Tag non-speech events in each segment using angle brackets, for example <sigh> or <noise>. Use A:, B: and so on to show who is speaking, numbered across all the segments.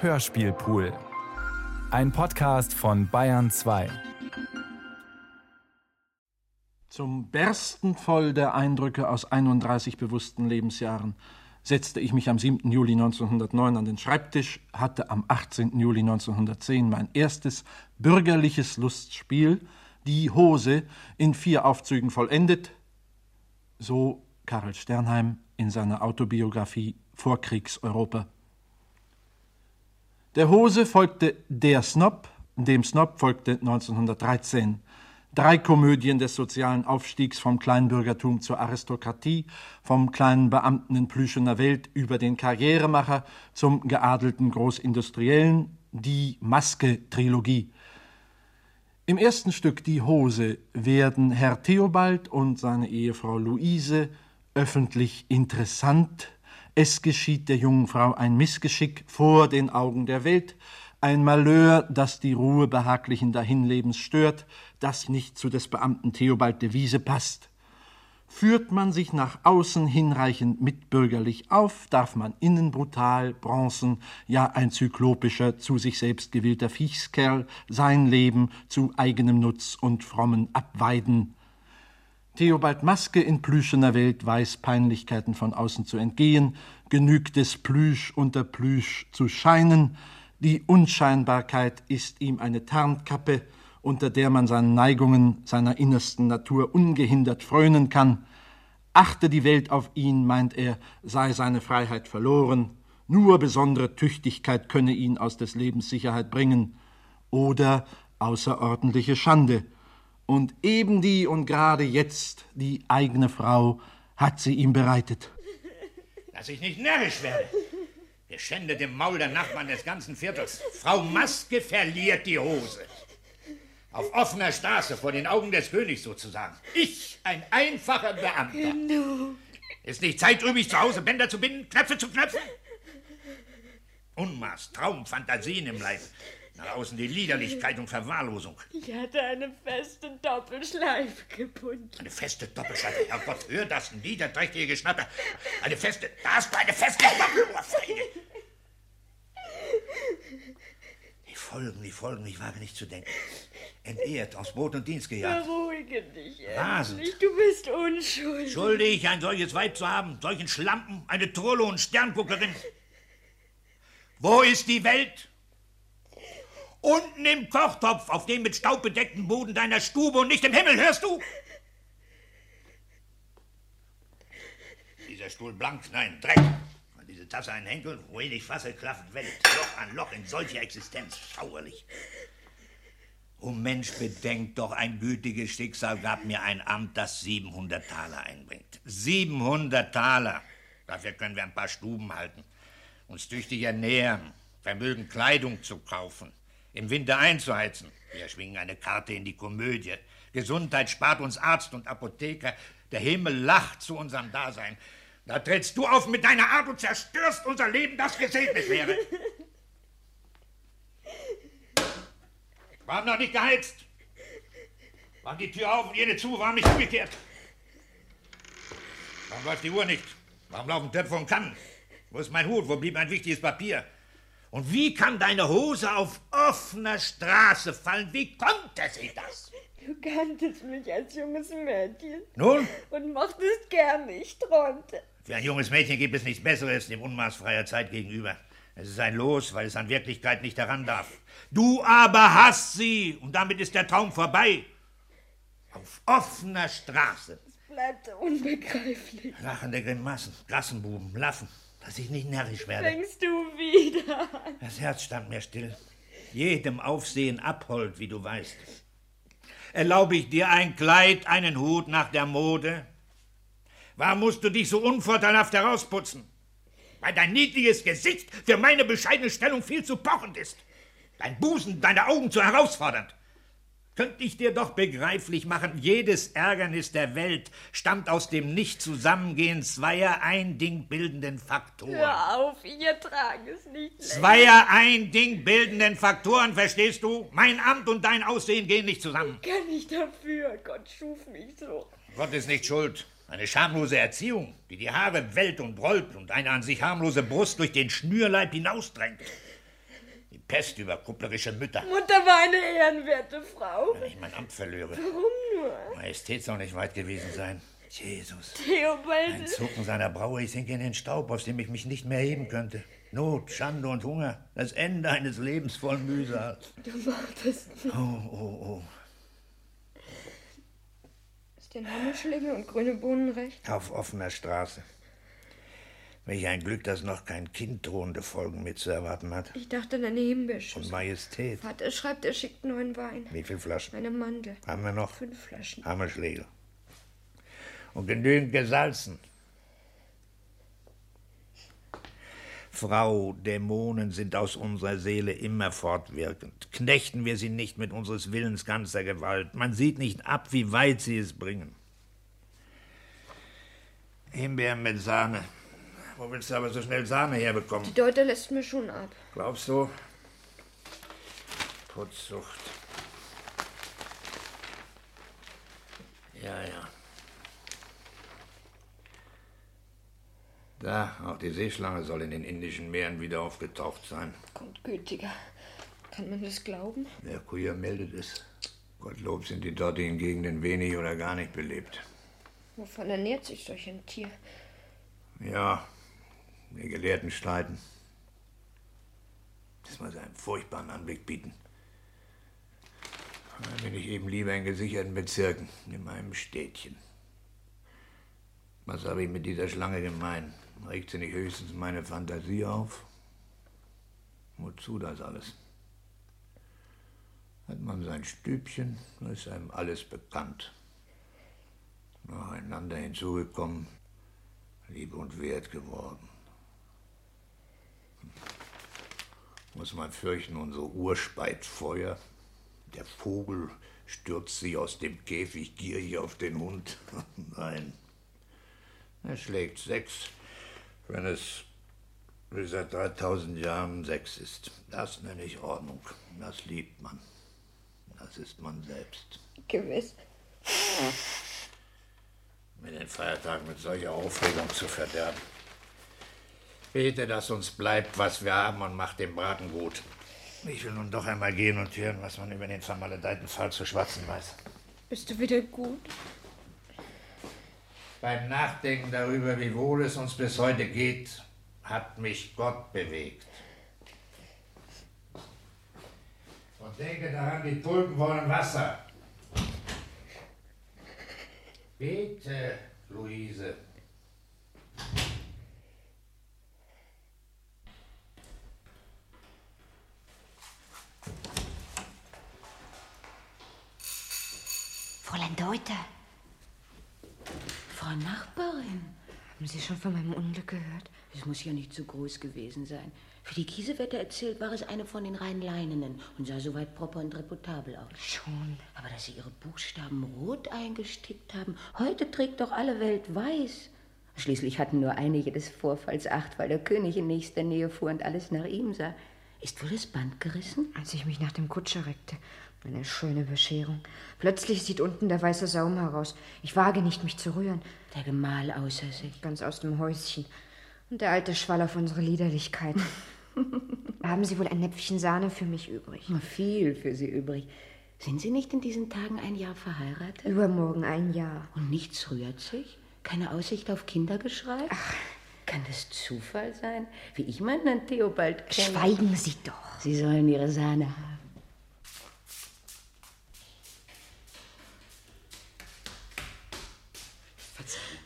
A: Hörspielpool. Ein Podcast von Bayern 2.
B: Zum Bersten voll der Eindrücke aus 31 bewussten Lebensjahren setzte ich mich am 7. Juli 1909 an den Schreibtisch, hatte am 18. Juli 1910 mein erstes bürgerliches Lustspiel, Die Hose, in vier Aufzügen vollendet, so Karl Sternheim in seiner Autobiografie Vorkriegseuropa. Der Hose folgte Der Snob, dem Snob folgte 1913. Drei Komödien des sozialen Aufstiegs vom Kleinbürgertum zur Aristokratie, vom kleinen Beamten in Plüschener Welt über den Karrieremacher zum geadelten Großindustriellen, die Maske-Trilogie. Im ersten Stück Die Hose werden Herr Theobald und seine Ehefrau Luise öffentlich interessant. Es geschieht der jungen Frau ein Missgeschick vor den Augen der Welt, ein Malheur, das die Ruhe behaglichen Dahinlebens stört, das nicht zu des Beamten Theobald de Wiese passt. Führt man sich nach außen hinreichend mitbürgerlich auf, darf man innen brutal, bronzen, ja ein zyklopischer, zu sich selbst gewillter Viechskerl sein Leben zu eigenem Nutz und frommen Abweiden. Theobald Maske in plüschener Welt weiß Peinlichkeiten von außen zu entgehen, genügt es Plüsch unter Plüsch zu scheinen, die Unscheinbarkeit ist ihm eine Tarnkappe, unter der man seinen Neigungen, seiner innersten Natur ungehindert frönen kann. Achte die Welt auf ihn, meint er, sei seine Freiheit verloren, nur besondere Tüchtigkeit könne ihn aus des Lebens Sicherheit bringen, oder außerordentliche Schande. Und eben die und gerade jetzt die eigene Frau hat sie ihm bereitet.
C: Dass ich nicht närrisch werde. Ihr schändet im Maul der Nachbarn des ganzen Viertels. Frau Maske verliert die Hose. Auf offener Straße, vor den Augen des Königs sozusagen. Ich, ein einfacher Beamter. Ist nicht Zeit, übrig zu Hause Bänder zu binden, Knöpfe zu knöpfen? Unmaß, Traum, Fantasien im Leib. Nach außen die Liederlichkeit und Verwahrlosung.
D: Ich hatte einen festen Doppelschleif gebunden.
C: Eine feste Doppelschleife. Herrgott, hör das niederträchtige Geschnatter. Eine feste, da hast du eine feste Doppelohrfeige. Die Folgen, die Folgen, ich wage nicht zu denken. Entehrt, aus Brot und Dienst gejagt.
D: Beruhige dich,
C: Rasend.
D: endlich. Du bist unschuldig.
C: Schuldig, ein solches Weib zu haben, solchen Schlampen, eine Trolle und Sternguckerin. Wo ist die Welt? Unten im Kochtopf, auf dem mit Staub bedeckten Boden deiner Stube und nicht im Himmel, hörst du? Dieser Stuhl blank, nein, Dreck. Und diese Tasse ein Henkel, wo ich fasse, klafft Welt. Loch an Loch in solcher Existenz, schauerlich. O Mensch, bedenkt doch, ein gütiges Schicksal gab mir ein Amt, das 700 Taler einbringt. 700 Taler! Dafür können wir ein paar Stuben halten, uns tüchtig ernähren, Vermögen Kleidung zu kaufen, im Winter einzuheizen. Wir schwingen eine Karte in die Komödie. Gesundheit spart uns Arzt und Apotheker. Der Himmel lacht zu unserem Dasein. Da trittst du auf mit deiner Art und zerstörst unser Leben, das gesegnet wäre. Wir haben noch nicht geheizt. Wir haben die Tür auf und jene zu, wir haben nicht umgekehrt. Warum läuft die Uhr nicht? Warum laufen Töpfe und Kannen? Wo ist mein Hut? Wo blieb mein wichtiges Papier? Und wie kann deine Hose auf offener Straße fallen? Wie konnte sie das?
D: Du kanntest mich als junges Mädchen
C: Nun,
D: und mochtest gern, ich träumte.
C: für ein junges Mädchen gibt es nichts Besseres dem Unmaß freier Zeit gegenüber. Es ist ein Los, weil es an Wirklichkeit nicht heran darf. Du aber hast sie und damit ist der Traum vorbei. Auf offener Straße.
D: Es bleibt unbegreiflich.
C: Lachende Grimassen, Gassenbuben, Laffen, dass ich nicht närrisch werde.
D: Fängst du wieder an.
C: Das Herz stand mir still. Jedem Aufsehen abhold, wie du weißt. Erlaube ich dir ein Kleid, einen Hut nach der Mode? Warum musst du dich so unvorteilhaft herausputzen? Weil dein niedliches Gesicht für meine bescheidene Stellung viel zu pochend ist. Dein Busen, deine Augen zu herausfordernd. Könnte ich dir doch begreiflich machen, jedes Ärgernis der Welt stammt aus dem Nichtzusammengehen zweier ein Ding bildenden Faktoren.
D: Hör auf, ich ertrage es nicht länger.
C: Zweier ein Ding bildenden Faktoren, verstehst du? Mein Amt und dein Aussehen gehen nicht zusammen.
D: Kann ich dafür, Gott schuf mich so.
C: Gott ist nicht schuld. Eine schamlose Erziehung, die die Haare wellt und rollt und eine an sich harmlose Brust durch den Schnürleib hinausdrängt. Pest über kupplerische Mütter.
D: Mutter war eine ehrenwerte Frau.
C: Wenn ich mein Amt verlöre.
D: Warum nur?
C: Majestät soll nicht weit gewesen sein. Jesus. Ein
D: Theobald,
C: Zucken seiner Braue, ich sinke in den Staub, aus dem ich mich nicht mehr heben könnte. Not, Schande und Hunger. Das Ende eines Lebens voll Mühsal.
D: du wartest.
C: Oh, oh, oh.
D: Ist den Hammelschlinge und grüne Bohnen recht?
C: Auf offener Straße. Welch ein Glück, dass noch kein Kind drohende Folgen mit zu erwarten hat.
D: Ich dachte an eine Himbeerschüssel.
C: Und Majestät.
D: Vater schreibt, er schickt neuen Wein.
C: Wie viele Flaschen?
D: Eine Mandel.
C: Haben wir noch?
D: Fünf Flaschen.
C: Hammerschlägel. Und genügend gesalzen. Frau, Dämonen sind aus unserer Seele immer fortwirkend. Knechten wir sie nicht mit unseres Willens ganzer Gewalt. Man sieht nicht ab, wie weit sie es bringen. Himbeeren mit Sahne. Wo willst du aber so schnell Sahne herbekommen?
D: Die Deuter lässt mir schon ab.
C: Glaubst du? Putzsucht. Ja, ja. Da, auch die Seeschlange soll in den indischen Meeren wieder aufgetaucht sein.
D: Kommt gütiger. Kann man das glauben?
C: Der Kuya meldet es. Gottlob sind die dortigen Gegenden wenig oder gar nicht belebt.
D: Wovon ernährt sich solch ein Tier?
C: Ja, die Gelehrten streiten. Das muss einen furchtbaren Anblick bieten. Da bin ich eben lieber in gesicherten Bezirken, in meinem Städtchen. Was habe ich mit dieser Schlange gemein? Regt sie nicht höchstens meine Fantasie auf? Wozu das alles? Hat man sein Stübchen, da ist einem alles bekannt. Nacheinander hinzugekommen, lieb und wert geworden. Muss man fürchten, unsere Uhr speit Feuer. Der Vogel stürzt sie aus dem Käfig gierig auf den Hund. <laughs> Nein. Er schlägt sechs, wenn es wie seit 3000 Jahren sechs ist. Das nenne ich Ordnung. Das liebt man. Das ist man selbst.
D: Gewiss.
C: mir den Feiertag mit solcher Aufregung zu verderben. Bete, dass uns bleibt, was wir haben und macht den Braten gut. Ich will nun doch einmal gehen und hören, was man über den vermaledeiten Fall zu schwatzen weiß.
D: Bist du wieder gut?
C: Beim Nachdenken darüber, wie wohl es uns bis heute geht, hat mich Gott bewegt. Und denke daran, die Tulpen wollen Wasser. Bete, Luise.
E: Fräulein Deuter.
F: Frau Nachbarin,
E: Haben Sie schon von meinem Unglück gehört?
F: es muss ja nicht so groß gewesen sein. Für die Kiesewetter erzählt, war es eine von den rein Leinenen und sah soweit proper und reputabel aus.
E: Schon.
F: Aber dass sie ihre Buchstaben rot eingestickt haben, heute trägt doch alle Welt weiß. Schließlich hatten nur einige des Vorfalls acht, weil der König in nächster Nähe fuhr und alles nach ihm sah. Ist wohl das Band gerissen?
E: Als ich mich nach dem Kutscher reckte. Eine schöne Bescherung. Plötzlich sieht unten der weiße Saum heraus. Ich wage nicht, mich zu rühren.
F: Der Gemahl außer sich.
E: Ganz aus dem Häuschen. Und der alte Schwall auf
F: <laughs>
E: unsere Liederlichkeit. Haben Sie wohl ein Näpfchen Sahne für mich übrig?
F: Noch Viel für sie übrig. Sind Sie nicht in diesen Tagen ein Jahr verheiratet?
E: Übermorgen ein Jahr.
F: Und nichts rührt sich? Keine Aussicht auf Kindergeschrei? Ach. Kann das Zufall sein? Wie ich meinen Herrn Theobald kenne.
E: Schweigen Sie doch.
F: Sie sollen Ihre Sahne haben.
G: Verzeihung,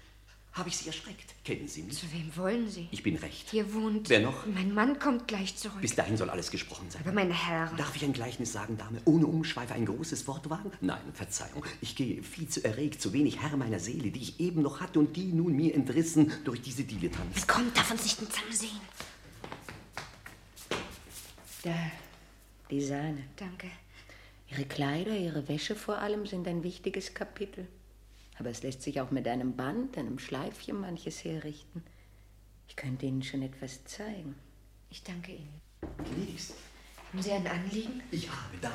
G: habe ich Sie erschreckt? Kennen Sie mich?
E: Zu wem wollen Sie?
G: Ich bin recht.
E: Hier wohnt.
G: Wer noch?
E: Mein Mann kommt gleich zurück.
G: Bis dahin soll alles gesprochen sein.
E: Aber meine Herren.
G: Darf ich ein Gleichnis sagen, Dame, ohne Umschweife ein großes Wort wagen? Nein, Verzeihung, ich gehe viel zu erregt, zu wenig Herr meiner Seele, die ich eben noch hatte und die nun mir entrissen durch diese Dilettanz.
E: Kommt, darf uns nicht ins Ansehen.
F: Da, die Sahne.
E: Danke.
F: Ihre Kleider, Ihre Wäsche vor allem sind ein wichtiges Kapitel. Aber es lässt sich auch mit einem Band, einem Schleifchen manches herrichten. Ich könnte Ihnen schon etwas zeigen.
E: Ich danke Ihnen.
G: Gnädigst,
E: Haben Sie ein Anliegen?
G: Ich habe, Dame,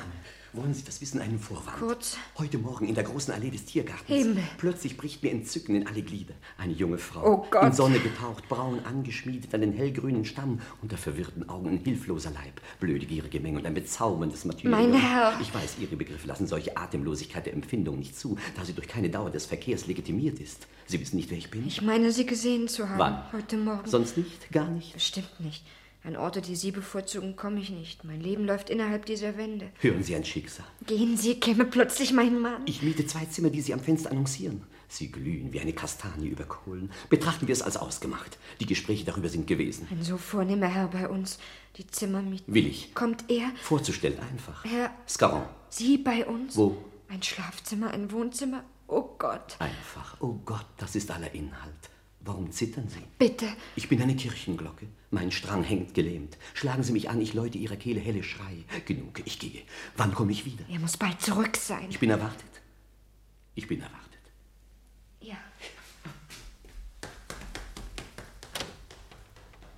G: wollen Sie das wissen, einen Vorwand.
E: Kurz.
G: Heute Morgen in der großen Allee des Tiergartens.
E: Himmel.
G: Plötzlich bricht mir Entzücken in alle Glieder. Eine junge Frau.
E: Oh Gott.
G: In Sonne getaucht, braun angeschmiedet an den hellgrünen Stamm, unter verwirrten Augen ein hilfloser Leib, blöde, gierige Menge und ein bezauberndes Martyrium.
E: Mein Herr.
G: Ich weiß, Ihre Begriffe lassen solche Atemlosigkeit der Empfindung nicht zu, da sie durch keine Dauer des Verkehrs legitimiert ist. Sie wissen nicht, wer ich bin?
E: Ich meine, Sie gesehen zu haben.
G: Wann?
E: Heute Morgen.
G: Sonst nicht? Gar nicht?
E: Bestimmt nicht. An Orte, die Sie bevorzugen, komme ich nicht. Mein Leben läuft innerhalb dieser Wände.
G: Hören Sie ein Schicksal.
E: Gehen Sie, käme plötzlich mein Mann.
G: Ich miete zwei Zimmer, die Sie am Fenster annoncieren. Sie glühen wie eine Kastanie über Kohlen. Betrachten wir es als ausgemacht. Die Gespräche darüber sind gewesen.
E: Ein so vornehmer Herr bei uns. Die Zimmer mieten.
G: Willig.
E: Kommt er,
G: Vorzustellen einfach.
E: Herr-
G: Scarron.
E: Sie bei uns?
G: Wo?
E: Ein Schlafzimmer, ein Wohnzimmer? Oh Gott,
G: Einfach. Oh Gott, das ist aller Inhalt. Warum zittern Sie?
E: bitte.
G: Ich bin eine Kirchenglocke. Mein Strang hängt gelähmt. Schlagen Sie mich an, ich läute Ihrer Kehle helle Schreie. Genug, ich gehe. Wann komme ich wieder?
E: Er muss bald zurück sein.
G: Ich bin erwartet. Ich bin erwartet.
E: Ja.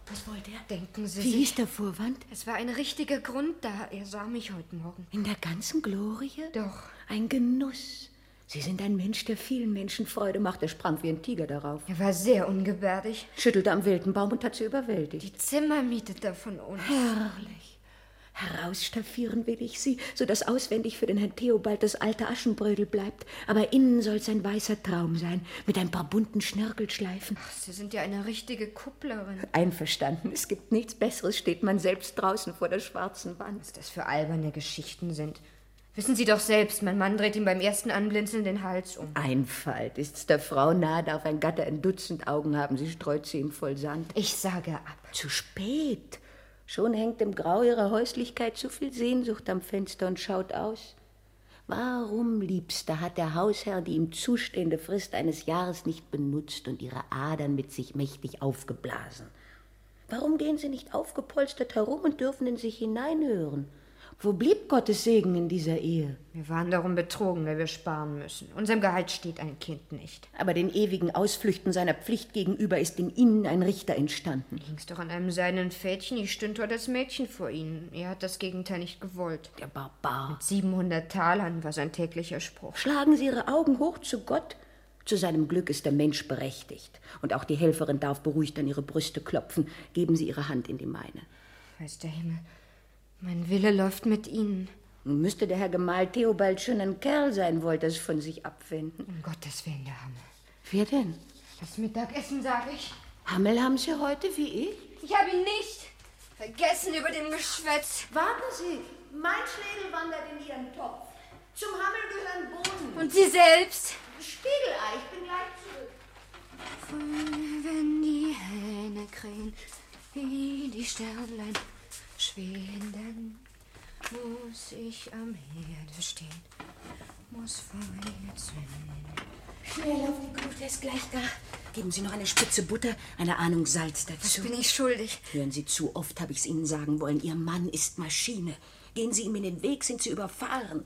F: Was wollte er?
E: Denken Sie
F: Wie
E: sich.
F: hieß der Vorwand?
E: Es war ein richtiger Grund da. Er sah mich heute Morgen.
F: In der ganzen Glorie?
E: Doch.
F: Ein Genuss. Sie sind ein Mensch, der vielen Menschen Freude macht. Er sprang wie ein Tiger darauf,
E: Er war sehr ungebärdig.
F: schüttelte am wilden Baum und hat sie überwältigt.
E: Die Zimmer mietet er von uns.
F: Herrlich. Herausstaffieren will ich sie, so dass auswendig für den Herrn Theobald das alte Aschenbrödel bleibt. Aber innen soll's ein weißer Traum sein, mit ein paar bunten Schnörkelschleifen.
E: Sie sind ja eine richtige Kupplerin.
F: Einverstanden, es gibt nichts Besseres, steht man selbst draußen vor der schwarzen Wand.
E: Was das für alberne Geschichten sind. Wissen Sie doch selbst, mein Mann dreht ihm beim ersten Anblinzeln den Hals um.
F: Einfalt ist's der Frau nahe, darf ein Gatter ein Dutzend Augen haben, sie streut sie ihm voll Sand.
E: Ich sage ab.
F: Zu spät. Schon hängt im Grau ihrer Häuslichkeit zu viel Sehnsucht am Fenster und schaut aus. Warum, Liebster, hat der Hausherr die ihm zustehende Frist eines Jahres nicht benutzt und ihre Adern mit sich mächtig aufgeblasen? Warum gehen sie nicht aufgepolstert herum und dürfen in sich hineinhören? Wo blieb Gottes Segen in dieser Ehe?
E: Wir waren darum betrogen, weil wir sparen müssen. Unserem Gehalt steht ein Kind nicht.
F: Aber den ewigen Ausflüchten seiner Pflicht gegenüber ist in ihnen ein Richter entstanden.
E: Hing's doch an einem seidenen Fädchen, ich stünd heute als Mädchen vor Ihnen. Er hat das Gegenteil nicht gewollt.
F: Der Barbar.
E: 700 Talern war sein täglicher Spruch.
F: Schlagen Sie Ihre Augen hoch zu Gott. Zu seinem Glück ist der Mensch berechtigt. Und auch die Helferin darf beruhigt an ihre Brüste klopfen. Geben Sie Ihre Hand in die meine.
E: Weiß der Himmel, mein Wille läuft mit Ihnen.
F: Nun müsste der Herr Gemahl Theobald schon ein Kerl sein, wollte es von sich abwenden.
E: Um Gottes Willen, der Hammer.
F: Wer denn?
E: Das Mittagessen, sag ich.
F: Hammel haben Sie heute wie ich?
E: Ich hab ihn nicht. Vergessen über dem Geschwätz.
H: Warten Sie, mein Schädel wandert in Ihren Topf. Zum Hammel gehören Bohnen.
E: Und Sie selbst?
H: Spiegelei, ich bin gleich zurück.
E: Wenn die Hähne krähen, wie die Sternlein schweben, muss ich am Herde stehen, muss Feuer zünden.
H: Schnell auf die Glut, er ist gleich da.
F: Geben Sie noch eine Spitze Butter, eine Ahnung Salz
E: Was
F: dazu.
E: bin ich schuldig?
F: Hören Sie zu, oft habe ich es Ihnen sagen wollen, Ihr Mann ist Maschine. Gehen Sie ihm in den Weg, sind Sie überfahren.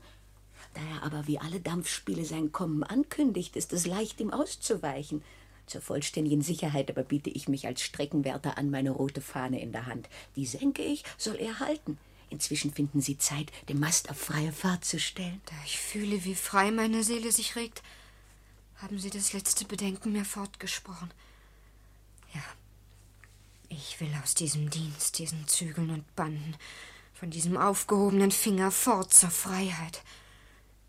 F: Da er aber wie alle Dampfspiele sein Kommen ankündigt, ist es leicht, ihm auszuweichen. Zur vollständigen Sicherheit aber biete ich mich als Streckenwärter an, meine rote Fahne in der Hand. Die senke ich, soll er halten. Inzwischen finden Sie Zeit, den Mast auf freie Fahrt zu stellen.
E: Da ich fühle, wie frei meine Seele sich regt, haben Sie das letzte Bedenken mir fortgesprochen. Ja, ich will aus diesem Dienst, diesen Zügeln und Banden, von diesem aufgehobenen Finger fort zur Freiheit.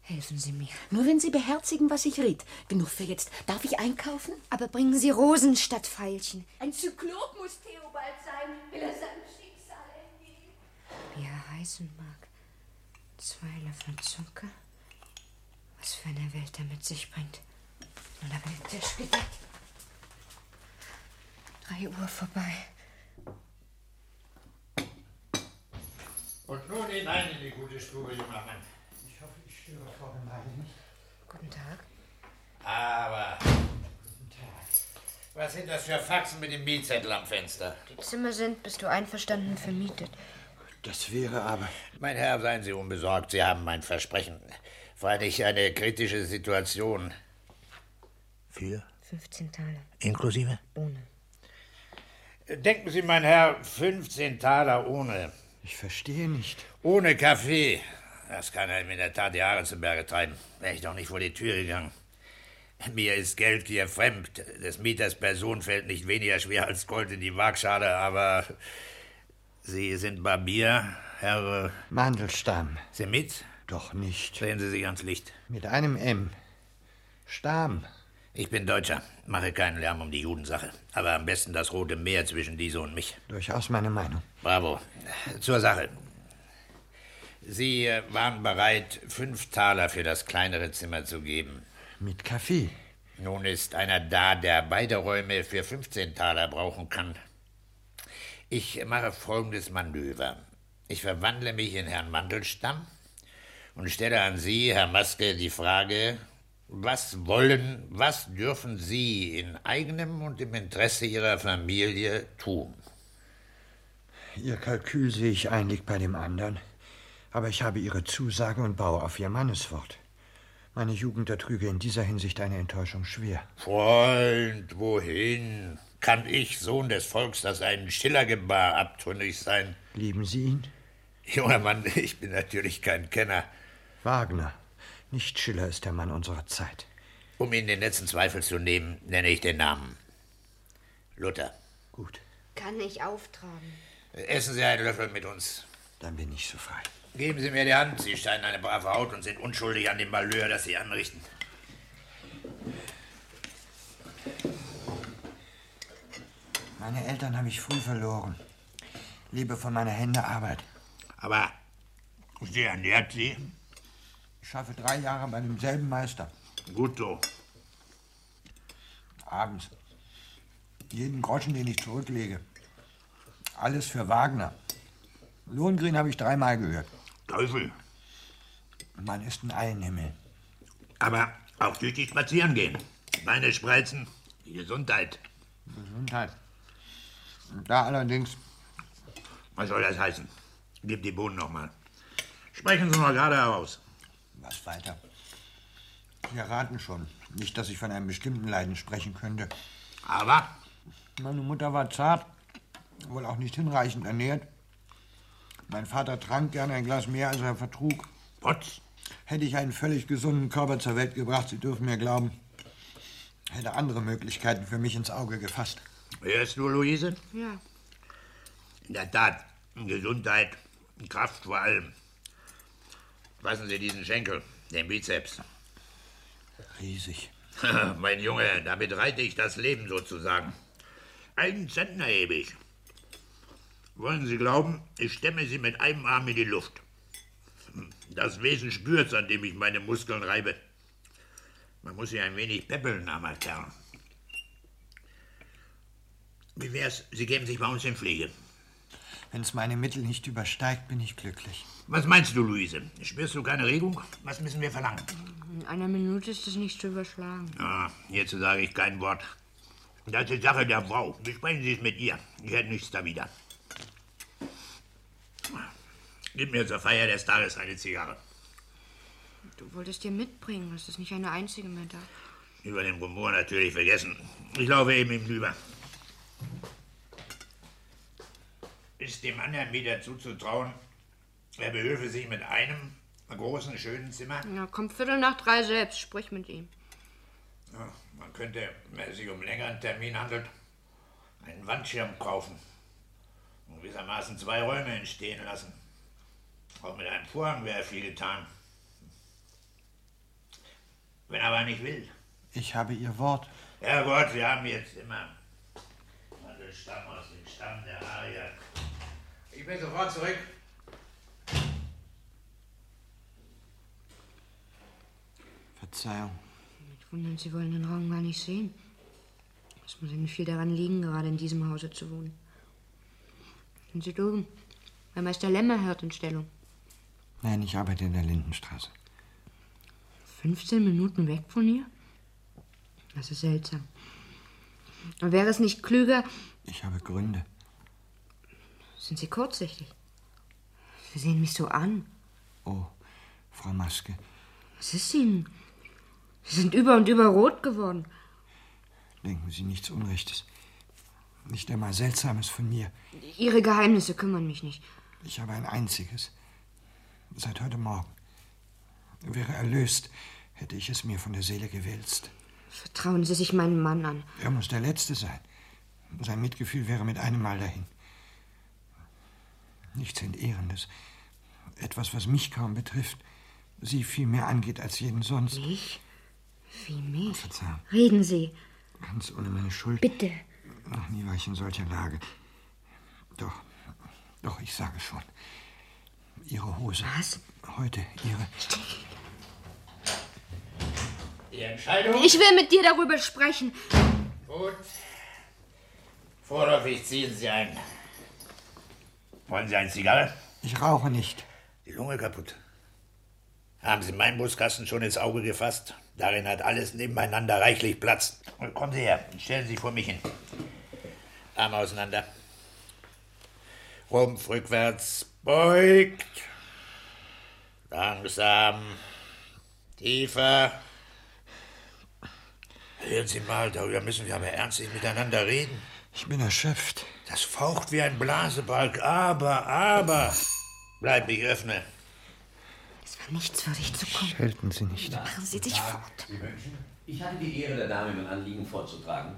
E: Helfen Sie mir.
F: Nur wenn Sie beherzigen, was ich riet. Genug für jetzt. Darf ich einkaufen?
E: Aber bringen Sie Rosen statt Veilchen.
H: Ein Zyklop muss Theobald sein, will er seinem Schicksal entgehen.
E: Wie er heißen mag. Zwei Löffel Zucker. Was für eine Welt er mit sich bringt. Nun aber der Tisch geht weg. Drei Uhr vorbei.
C: Und nun hinein in die gute Stube, junger Mann. Ich hoffe, ich störe vor dem Heiligen nicht.
E: Guten Tag.
C: Aber. Guten Tag. Was sind das für Faxen mit dem Mietzettel am Fenster?
E: Die Zimmer sind, bist du einverstanden, vermietet.
C: Das wäre aber. Mein Herr, seien Sie unbesorgt. Sie haben mein Versprechen. Freilich eine kritische Situation. Für?
E: 15 Taler.
C: Äh, Inklusive? Ohne. Denken Sie, mein Herr, 15 Taler ohne.
I: Ich verstehe nicht.
C: Ohne Kaffee. Das kann einem in der Tat die Haare zu Berge treiben. Wäre ich doch nicht vor die Tür gegangen. Mir ist Geld hier fremd. Des Mieters Person fällt nicht weniger schwer als Gold in die Waagschale, aber Sie sind Barbier, Herr... äh,
I: Mandelstamm.
C: Sie mit?
I: Doch nicht.
C: Drehen Sie sich ans Licht.
I: Mit einem M. Stamm.
C: Ich bin Deutscher, mache keinen Lärm um die Judensache. Aber am besten das Rote Meer zwischen diese und mich.
I: Durchaus meine Meinung.
C: Bravo. Zur Sache. Sie äh, waren bereit, fünf Taler für das kleinere Zimmer zu geben.
I: Mit Kaffee.
C: Nun ist einer da, der beide Räume für 15 Taler brauchen kann. Ich mache folgendes Manöver. Ich verwandle mich in Herrn Mandelstamm und stelle an Sie, Herr Maske, die Frage, was wollen, was dürfen Sie in eigenem und im Interesse Ihrer Familie tun?
I: Ihr Kalkül sehe ich ein, liegt bei dem anderen. Aber ich habe Ihre Zusage und baue auf Ihr Manneswort. Meine Jugend ertrüge in dieser Hinsicht eine Enttäuschung schwer.
C: Freund, wohin? Kann ich, Sohn des Volks, das einen Schiller gebar, abtrünnig sein?
I: Lieben Sie ihn?
C: Junger Mann, <laughs> ich bin natürlich kein Kenner.
I: Wagner. Nicht Schiller ist der Mann unserer Zeit.
C: Um Ihnen den letzten Zweifel zu nehmen, nenne ich den Namen. Luther.
I: Gut.
E: Kann ich auftragen?
C: Essen Sie einen Löffel mit uns.
I: Dann bin ich so frei.
C: Geben Sie mir die Hand. Sie scheinen eine brave Haut und sind unschuldig an dem Malheur, das Sie anrichten.
I: Meine Eltern habe ich früh verloren. Lebe von meiner Hände Arbeit.
C: Aber Sie ernährt Sie?
I: Ich schaffe drei Jahre bei demselben Meister.
C: Gut so.
I: Abends. Jeden Groschen, den ich zurücklege. Alles für Wagner. Lohengrin habe ich dreimal gehört.
C: Teufel.
I: Man ist ein Eilenhimmel.
C: Aber auch tüchtig spazieren gehen. Beine spreizen. Die Gesundheit.
I: Gesundheit. Da allerdings.
C: Was soll das heißen? Gib die Bohnen nochmal. Sprechen Sie mal gerade heraus.
I: Was weiter? Sie erraten schon. Nicht, dass ich von einem bestimmten Leiden sprechen könnte.
C: Aber?
I: Meine Mutter war zart, wohl auch nicht hinreichend ernährt. Mein Vater trank gerne ein Glas mehr, als er vertrug.
C: Potz?
I: Hätte ich einen völlig gesunden Körper zur Welt gebracht, Sie dürfen mir glauben, hätte andere Möglichkeiten für mich ins Auge gefasst.
C: Hörst du, Luise?
E: Ja.
C: In der Tat, Gesundheit, Kraft vor allem. Fassen Sie diesen Schenkel, den Bizeps.
I: Riesig.
C: <laughs> mein Junge, damit reite ich das Leben sozusagen. Einen Zentner hebe ich. Wollen Sie glauben, ich stemme sie mit einem Arm in die Luft. Das Wesen spürt's, an dem ich meine Muskeln reibe. Man muss sie ein wenig peppeln, armer Kerl. Wie wär's, Sie geben sich bei uns in Pflege.
I: Wenn's meine Mittel nicht übersteigt, bin ich glücklich.
C: Was meinst du, Luise? Spürst du keine Regung? Was müssen wir verlangen?
E: In einer Minute ist es nicht zu überschlagen.
C: Ah, jetzt sage ich kein Wort. Das ist Sache der Frau. Besprechen Sie es mit ihr. Ich hätte nichts dawider. Gib mir zur Feier des Tages eine Zigarre.
E: Du wolltest dir mitbringen, es ist nicht eine einzige mehr da.
C: Über den Rumor natürlich vergessen. Ich laufe eben hinüber. Ist dem anderen wieder zuzutrauen, er behilfe sich mit einem großen, schönen Zimmer?
E: Ja, komm Viertel nach drei selbst, sprich mit ihm.
C: Ja, man könnte, wenn es sich um längeren Termin handelt, einen Wandschirm kaufen und gewissermaßen zwei Räume entstehen lassen. Auch mit einem Vorhang wäre viel getan. Wenn aber nicht will.
I: Ich habe Ihr Wort.
C: Herrgott, wir haben jetzt immer alle Stamm aus dem Stamm der Arier. Ich bin sofort zurück.
I: Verzeihung.
E: Nicht wundern, sie wollen den Raum gar nicht sehen. Es muss ihnen viel daran liegen, gerade in diesem Hause zu wohnen. Sind Sie drüben? Herr Meister Lämmer hört in Stellung.
I: Nein, ich arbeite in der Lindenstraße.
E: 15 Minuten weg von hier? Das ist seltsam. Aber wäre es nicht klüger,
I: Ich habe Gründe.
E: sind Sie kurzsichtig? Sie sehen mich so an.
I: Oh, Frau Maske,
E: Was ist Ihnen? Sie sind über und über rot geworden.
I: denken Sie nichts Unrechtes. Nicht einmal Seltsames von mir.
E: Ihre Geheimnisse kümmern mich nicht.
I: Ich habe ein einziges. Seit heute Morgen. Wäre erlöst, hätte ich es mir von der Seele gewälzt.
E: Vertrauen Sie sich meinen Mann an.
I: Er muss der Letzte sein. Sein Mitgefühl wäre mit einem Mal dahin. Nichts Entehrendes. Etwas, was mich kaum betrifft. Sie viel mehr angeht als jeden sonst.
E: Mich? Wie mich?
I: Verzeihung.
E: Reden Sie.
I: Ganz ohne meine Schuld.
E: Bitte.
I: Noch nie war ich in solcher Lage. Doch, doch, ich sage schon. Ihre Hose.
E: Was?
I: Heute, Ihre.
C: Die Entscheidung?
E: Ich will mit dir darüber sprechen.
C: Gut. Vorläufig ziehen Sie ein. Wollen Sie eine Zigarre?
I: Ich rauche nicht.
C: Die Lunge kaputt. Haben Sie meinen Buskasten schon ins Auge gefasst? Darin hat alles nebeneinander reichlich Platz. Und Kommen Sie her, stellen Sie sich vor mich hin. Arme auseinander. Rumpf rückwärts, beugt. Langsam. Tiefer. Hören Sie mal, darüber müssen wir aber ernstlich miteinander reden.
I: Ich bin erschöpft.
C: Das faucht wie ein Blasebalg, aber, aber. Bleib, ich öffne.
E: Es war nichtswürdig zu kommen.
I: Schelten Sie nicht.
E: Machen Sie dich fort.
G: Ich hatte die Ehre, der Dame mein Anliegen vorzutragen.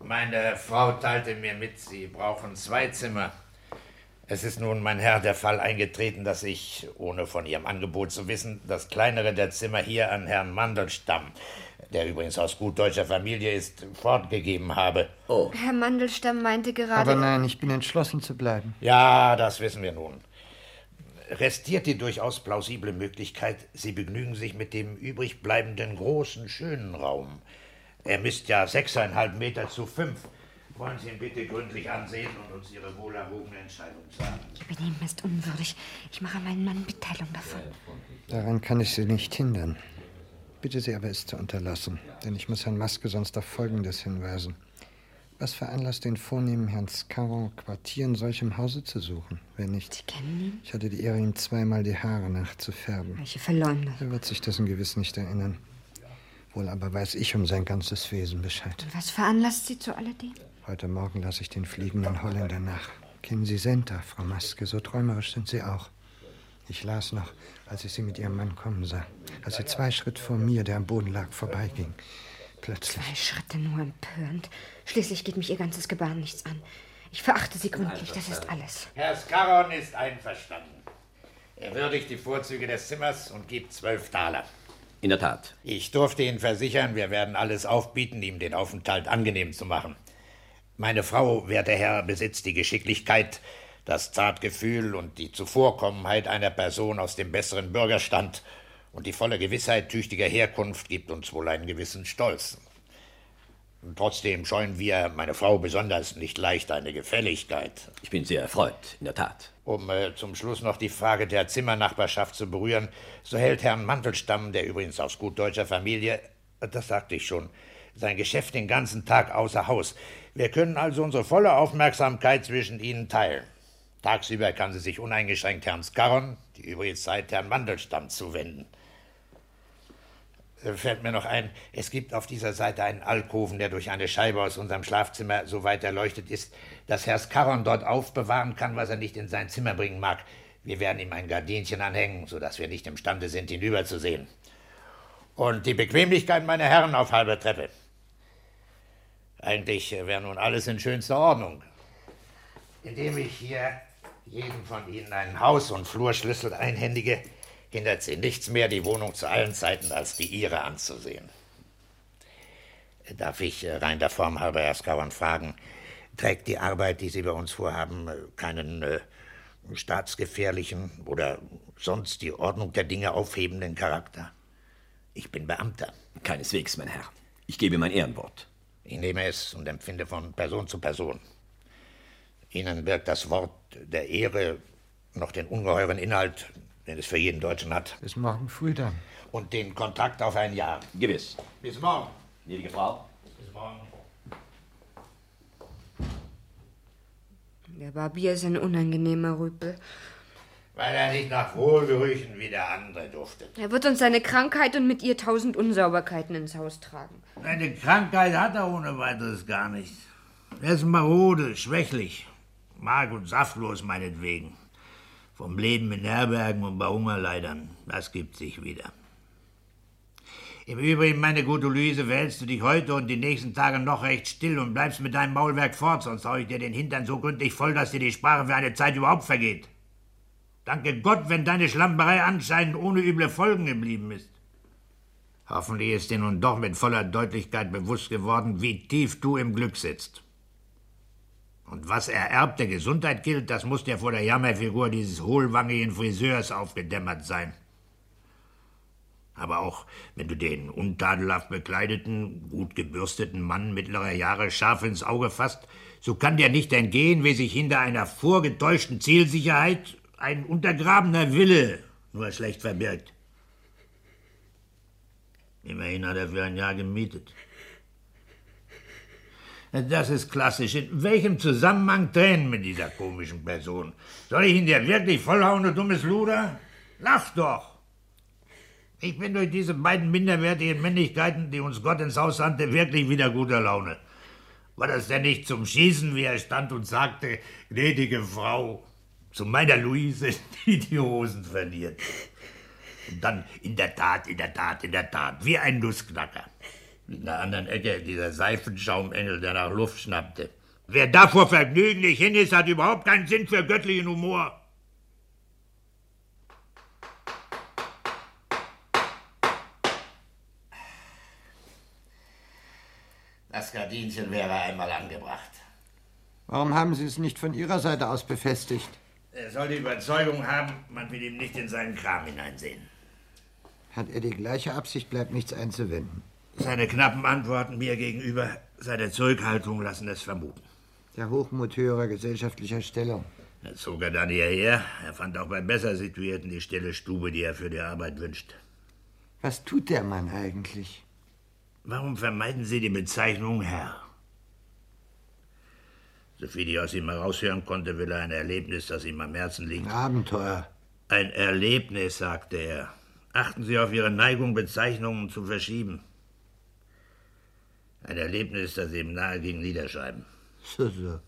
C: Meine Frau teilte mir mit, Sie brauchen zwei Zimmer. Es ist nun, mein Herr, der Fall eingetreten, dass ich, ohne von Ihrem Angebot zu wissen, das kleinere der Zimmer hier an Herrn Mandelstamm, der übrigens aus gut deutscher Familie ist, fortgegeben habe.
G: Oh.
E: Herr Mandelstamm meinte gerade.
I: Aber nein, ich bin entschlossen zu bleiben.
C: Ja, das wissen wir nun. Restiert die durchaus plausible Möglichkeit, Sie begnügen sich mit dem übrigbleibenden großen, schönen Raum. Er misst ja sechseinhalb Meter zu fünf. Wollen Sie ihn bitte gründlich ansehen und uns Ihre wohlerwogene Entscheidung sagen.
E: Ihr Benehmen ist unwürdig. Ich mache meinen Mann Mitteilung davon.
I: Daran kann ich Sie nicht hindern. Bitte Sie aber, es zu unterlassen, denn ich muss Herrn Maske sonst auf Folgendes hinweisen. Was veranlasst den vornehmen Herrn Scarron, Quartier in solchem Hause zu suchen, wenn nicht?
E: Kennen ihn?
I: Ich hatte die Ehre, ihm zweimal die Haare nachzufärben.
E: Welche Verleumdung.
I: Er wird sich dessen gewiss nicht erinnern. Wohl aber weiß ich um sein ganzes Wesen Bescheid.
E: Was veranlasst Sie zu alledem?
I: Heute Morgen lasse ich den fliegenden Holländer nach. Kennen Sie Senta, Frau Maske, so träumerisch sind Sie auch. Ich las noch, als ich Sie mit Ihrem Mann kommen sah, als Sie zwei Schritt vor mir, der am Boden lag, vorbeiging. Plötzlich.
E: Zwei Schritte nur empörend. Schließlich geht mich Ihr ganzes Gebaren nichts an. Ich verachte Sie gründlich, das ist alles.
C: Herr Scarron ist einverstanden. Er würdigt die Vorzüge des Zimmers und gibt zwölf Taler.
G: In der Tat.
C: Ich durfte Ihnen versichern, wir werden alles aufbieten, ihm den Aufenthalt angenehm zu machen. Meine Frau, werter Herr, besitzt die Geschicklichkeit, das Zartgefühl und die Zuvorkommenheit einer Person aus dem besseren Bürgerstand, und die volle Gewissheit tüchtiger Herkunft gibt uns wohl einen gewissen Stolz. Und trotzdem scheuen wir, meine Frau besonders, nicht leicht eine Gefälligkeit.
G: Ich bin sehr erfreut, in der Tat.
C: Um äh, zum Schluss noch die Frage der Zimmernachbarschaft zu berühren, so hält Herrn Mantelstamm, der übrigens aus gut deutscher Familie, äh, das sagte ich schon, sein Geschäft den ganzen Tag außer Haus. Wir können also unsere volle Aufmerksamkeit zwischen Ihnen teilen. Tagsüber kann sie sich uneingeschränkt Herrn Scarron, die übrige Zeit Herrn Mandelstamm zuwenden. Äh, Fällt mir noch ein, es gibt auf dieser Seite einen Alkoven, der durch eine Scheibe aus unserem Schlafzimmer so weit erleuchtet ist, dass Herr Scarron dort aufbewahren kann, was er nicht in sein Zimmer bringen mag. Wir werden ihm ein Gardinchen anhängen, sodass wir nicht imstande sind, hinüberzusehen. Und die Bequemlichkeit meiner Herren auf halber Treppe. Eigentlich äh, wäre nun alles in schönster Ordnung. Indem ich hier jedem von Ihnen einen Haus- und Flurschlüssel einhändige, hindert Sie nichts mehr, die Wohnung zu allen Zeiten als die Ihre anzusehen. Darf ich äh, rein der Form halber Herr Skauern fragen, trägt die Arbeit, die Sie bei uns vorhaben, äh, keinen äh, staatsgefährlichen oder sonst die Ordnung der Dinge aufhebenden Charakter? Ich bin Beamter.
G: Keineswegs, mein Herr. Ich gebe mein Ehrenwort.
C: Ich nehme es und empfinde von Person zu Person. Ihnen birgt das Wort der Ehre noch den ungeheuren Inhalt, den es für jeden Deutschen hat,
I: Bis morgen früh dann.
C: und den Kontrakt auf ein Jahr.
G: Gewiss.
C: Bis morgen.
G: Gnädige Frau.
C: Bis morgen.
E: Der Barbier ist ein unangenehmer Rüpel.
C: Weil er nicht nach Wohlgerüchen wie der andere duftet.
E: Er wird uns seine Krankheit und mit ihr tausend Unsauberkeiten ins Haus tragen.
C: Eine Krankheit hat er ohne weiteres gar nicht. Er ist marode, schwächlich.
J: Mag und saftlos meinetwegen. Vom Leben in Herbergen und bei Hungerleidern. Das gibt sich wieder. Im Übrigen, meine gute Luise, verhältst du dich heute und die nächsten Tage noch recht still und bleibst mit deinem Maulwerk fort, sonst hau ich dir den Hintern so gründlich voll, dass dir die Sprache für eine Zeit überhaupt vergeht. Danke Gott, wenn deine Schlamperei anscheinend ohne üble Folgen geblieben ist. Hoffentlich ist dir nun doch mit voller Deutlichkeit bewusst geworden, wie tief du im Glück sitzt. Und was ererbte Gesundheit gilt, das muss dir vor der Jammerfigur dieses hohlwangigen Friseurs aufgedämmert sein. Aber auch wenn du den untadelhaft bekleideten, gut gebürsteten Mann mittlerer Jahre scharf ins Auge fasst, so kann dir nicht entgehen, wie sich hinter einer vorgetäuschten Zielsicherheit ein untergrabener Wille nur schlecht verbirgt. Immerhin hat er für ein Jahr gemietet. Das ist klassisch. In welchem Zusammenhang Tränen mit dieser komischen Person? Soll ich ihn dir wirklich vollhauen, du dummes Luder? Lach doch! Ich bin durch diese beiden minderwertigen Männlichkeiten, die uns Gott ins Haus sandte, wirklich wieder guter Laune. War das denn nicht zum Schießen, wie er stand und sagte, gnädige Frau, zu meiner Luise, <laughs> die die Hosen verliert? Und dann, in der Tat, in der Tat, in der Tat, wie ein Nussknacker. In der anderen Ecke dieser Seifenschaumengel, der nach Luft schnappte. Wer da vor Vergnügen nicht hin ist, hat überhaupt keinen Sinn für göttlichen Humor.
C: Das Gardinchen wäre einmal angebracht.
I: Warum haben Sie es nicht von Ihrer Seite aus befestigt?
C: Er soll die Überzeugung haben, man will ihm nicht in seinen Kram hineinsehen.
I: Hat er die gleiche Absicht, bleibt nichts einzuwenden.
C: Seine knappen Antworten mir gegenüber, seine Zurückhaltung lassen es vermuten.
I: Der Hochmut höherer gesellschaftlicher Stellung.
C: Er zog er dann hierher. Er fand auch bei besser Situierten die stille Stube, die er für die Arbeit wünscht.
I: Was tut der Mann eigentlich?
C: Warum vermeiden Sie die Bezeichnung Herr? Soviel ich aus ihm heraushören konnte, will er ein Erlebnis, das ihm am Herzen liegt.
I: Ein Abenteuer.
C: Ein Erlebnis, sagte er. Achten Sie auf Ihre Neigung, Bezeichnungen zu verschieben. Ein Erlebnis, das ihm nahe ging, niederschreiben.
I: So, so.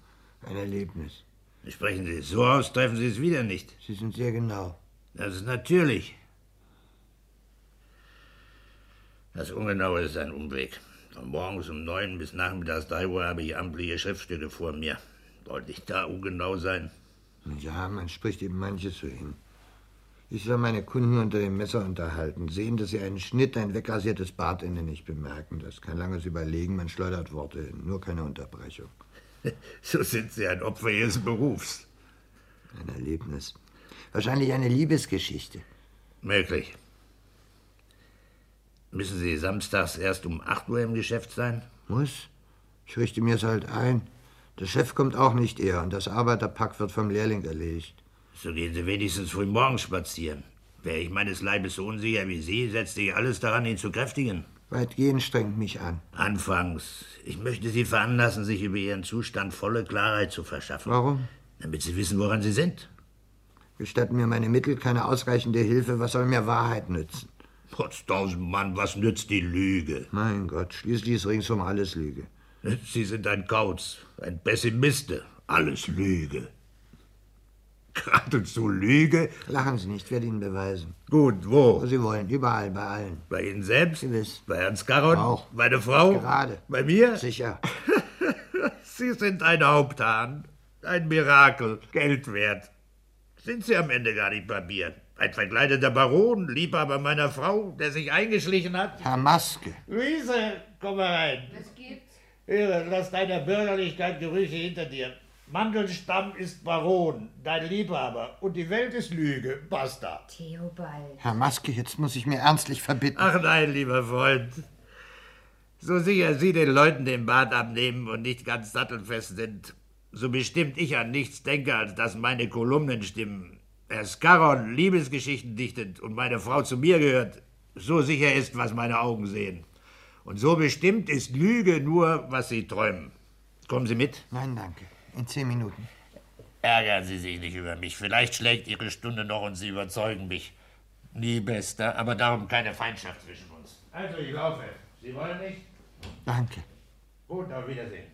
I: Ein Erlebnis.
C: Sprechen Sie es so aus, treffen Sie es wieder nicht.
I: Sie sind sehr genau.
C: Das ist natürlich. Das Ungenaue ist ein Umweg. Von morgens um neun bis nachmittags drei Uhr habe ich amtliche Schriftstücke vor mir. Sollte ich da ungenau sein?
I: Ja, Ah, man spricht eben manches so hin. Ich soll meine Kunden unter dem Messer unterhalten, sehen, dass sie einen Schnitt, ein wegrasiertes Bartende nicht bemerken. Das kann langes Überlegen, man schleudert Worte hin, nur keine Unterbrechung.
C: <laughs> So sind Sie ein Opfer Ihres Berufs.
I: Ein Erlebnis. Wahrscheinlich eine Liebesgeschichte.
C: Möglich. Müssen Sie samstags erst um 8 Uhr im Geschäft sein?
I: Muss. Ich richte mir es halt ein. Der Chef kommt auch nicht eher und das Arbeiterpack wird vom Lehrling erledigt.
C: So gehen Sie wenigstens früh morgens spazieren. Wäre ich meines Leibes so unsicher wie Sie, setzte ich alles daran, ihn zu kräftigen.
I: Weitgehend strengt mich an.
C: Anfangs. Ich möchte Sie veranlassen, sich über Ihren Zustand volle Klarheit zu verschaffen.
I: Warum?
C: Damit Sie wissen, woran Sie sind.
I: Gestatten mir meine Mittel keine ausreichende Hilfe. Was soll mir Wahrheit nützen?
C: Potztausend Mann, was nützt die Lüge?
I: Mein Gott, schließlich ist ringsum alles Lüge.
C: Sie sind ein Kauz, ein Pessimiste. Alles Lüge. Geradezu Lüge?
I: Lachen Sie nicht, ich werde Ihnen beweisen.
C: Gut, wo?
I: Wo Sie wollen, überall, bei allen.
C: Bei Ihnen selbst?
I: Gewiss.
C: Bei Ernst Garon?
I: Auch.
C: Bei der Frau?
I: Gerade.
C: Bei mir?
I: Sicher.
C: <laughs> Sie sind ein Haupthahn. Ein Mirakel. Geld wert. Sind Sie am Ende gar nicht bei mir? Ein verkleideter Baron, Liebhaber meiner Frau, der sich eingeschlichen hat?
I: Herr Maske.
C: Luise, komm mal rein.
K: Was gibt's?
C: Irre, lass deiner Bürgerlichkeit Gerüche hinter dir. Mandelstamm ist Baron, dein Liebhaber. Und die Welt ist Lüge. Basta.
F: Theobald.
I: Herr Maske, jetzt muss ich mir ernstlich verbitten.
C: Ach nein, lieber Freund. So sicher Sie den Leuten den Bart abnehmen und nicht ganz sattelfest sind, so bestimmt ich an nichts denke, als dass meine Kolumnen stimmen. Herr Scarron Liebesgeschichten dichtet und meine Frau zu mir gehört, so sicher ist, was meine Augen sehen. Und so bestimmt ist Lüge nur, was Sie träumen. Kommen Sie mit?
I: Nein, danke. In zehn Minuten.
C: Ärgern Sie sich nicht über mich. Vielleicht schlägt Ihre Stunde noch und Sie überzeugen mich. Nie bester, aber darum keine Feindschaft zwischen uns. Also, ich laufe. Sie wollen nicht?
I: Danke.
C: Gut, auf Wiedersehen.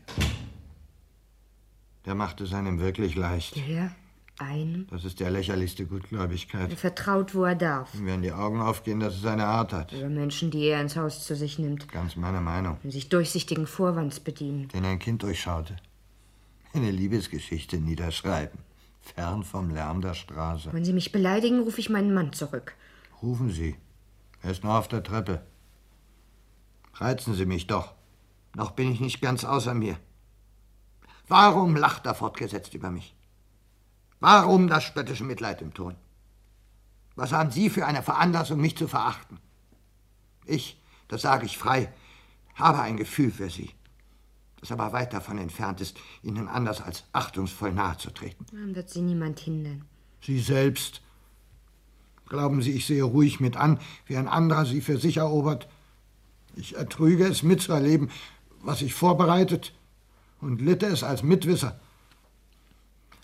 I: Der macht es einem wirklich leicht.
E: Ja, einem.
I: Das ist der lächerlichste Gutgläubigkeit.
E: Er vertraut, wo er darf.
I: Wenn die Augen aufgehen, dass es eine Art hat.
E: Über Menschen, die eh- er ins Haus zu sich nimmt
I: Ganz meine Meinung.
E: und sich durchsichtigen Vorwands bedienen.
I: Den ein Kind durchschaute. Eine Liebesgeschichte niederschreiben. Fern vom Lärm der Straße.
E: Wenn Sie mich beleidigen, rufe ich meinen Mann zurück.
I: Rufen Sie. Er ist noch auf der Treppe. Reizen Sie mich doch. Noch bin ich nicht ganz außer mir. Warum lacht er fortgesetzt über mich? Warum das spöttische Mitleid im Ton? Was haben Sie für eine Veranlassung, mich zu verachten? Ich, das sage ich frei, habe ein Gefühl für Sie, das aber weit davon entfernt ist, Ihnen anders als achtungsvoll nahezutreten.
E: Dann wird Sie niemand hindern.
I: Sie selbst. Glauben Sie, ich sehe ruhig mit an, wie ein anderer sie für sich erobert. Ich ertrüge es mitzuerleben, was ich vorbereitet, und litte es als Mitwisser.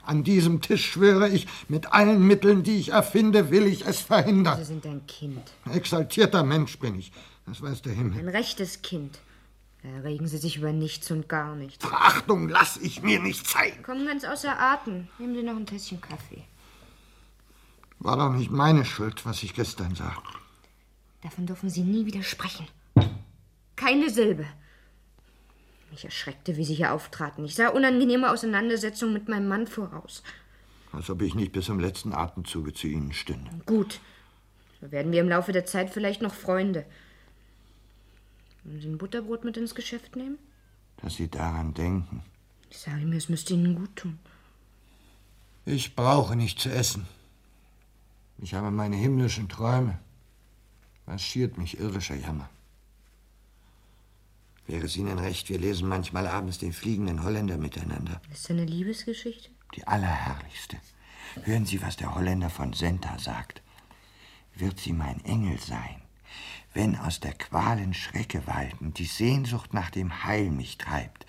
I: An diesem Tisch schwöre ich, mit allen Mitteln, die ich erfinde, will ich es verhindern.
E: Sie sind ein Kind.
I: Ein exaltierter Mensch bin ich, das weiß der Himmel.
E: Ein rechtes Kind. Da regen Sie sich über nichts und gar nichts.
I: Verachtung lass ich mir nicht zeigen.
E: Kommen ganz außer Atem. Nehmen Sie noch ein Tässchen Kaffee.
I: War doch nicht meine Schuld, was ich gestern sah.
E: Davon dürfen Sie nie wieder sprechen. Keine Silbe. Mich erschreckte, wie Sie hier auftraten. Ich sah unangenehme Auseinandersetzungen mit meinem Mann voraus.
I: Als ob ich nicht bis zum letzten Atemzuge zu Ihnen stünde.
E: Gut. So werden wir im Laufe der Zeit vielleicht noch Freunde. Wollen Sie ein Butterbrot mit ins Geschäft nehmen?
I: Dass Sie daran denken.
E: Ich sage mir, es müsste Ihnen gut tun.
I: Ich brauche nicht zu essen. Ich habe meine himmlischen Träume. Was schiert mich irdischer Jammer? Wäre es Ihnen recht, wir lesen manchmal abends den fliegenden Holländer miteinander.
E: Ist das eine Liebesgeschichte?
I: Die allerherrlichste. Hören Sie, was der Holländer von Senta sagt. Wird sie mein Engel sein, wenn aus der Qualen Schrecke walten, die Sehnsucht nach dem Heil mich treibt,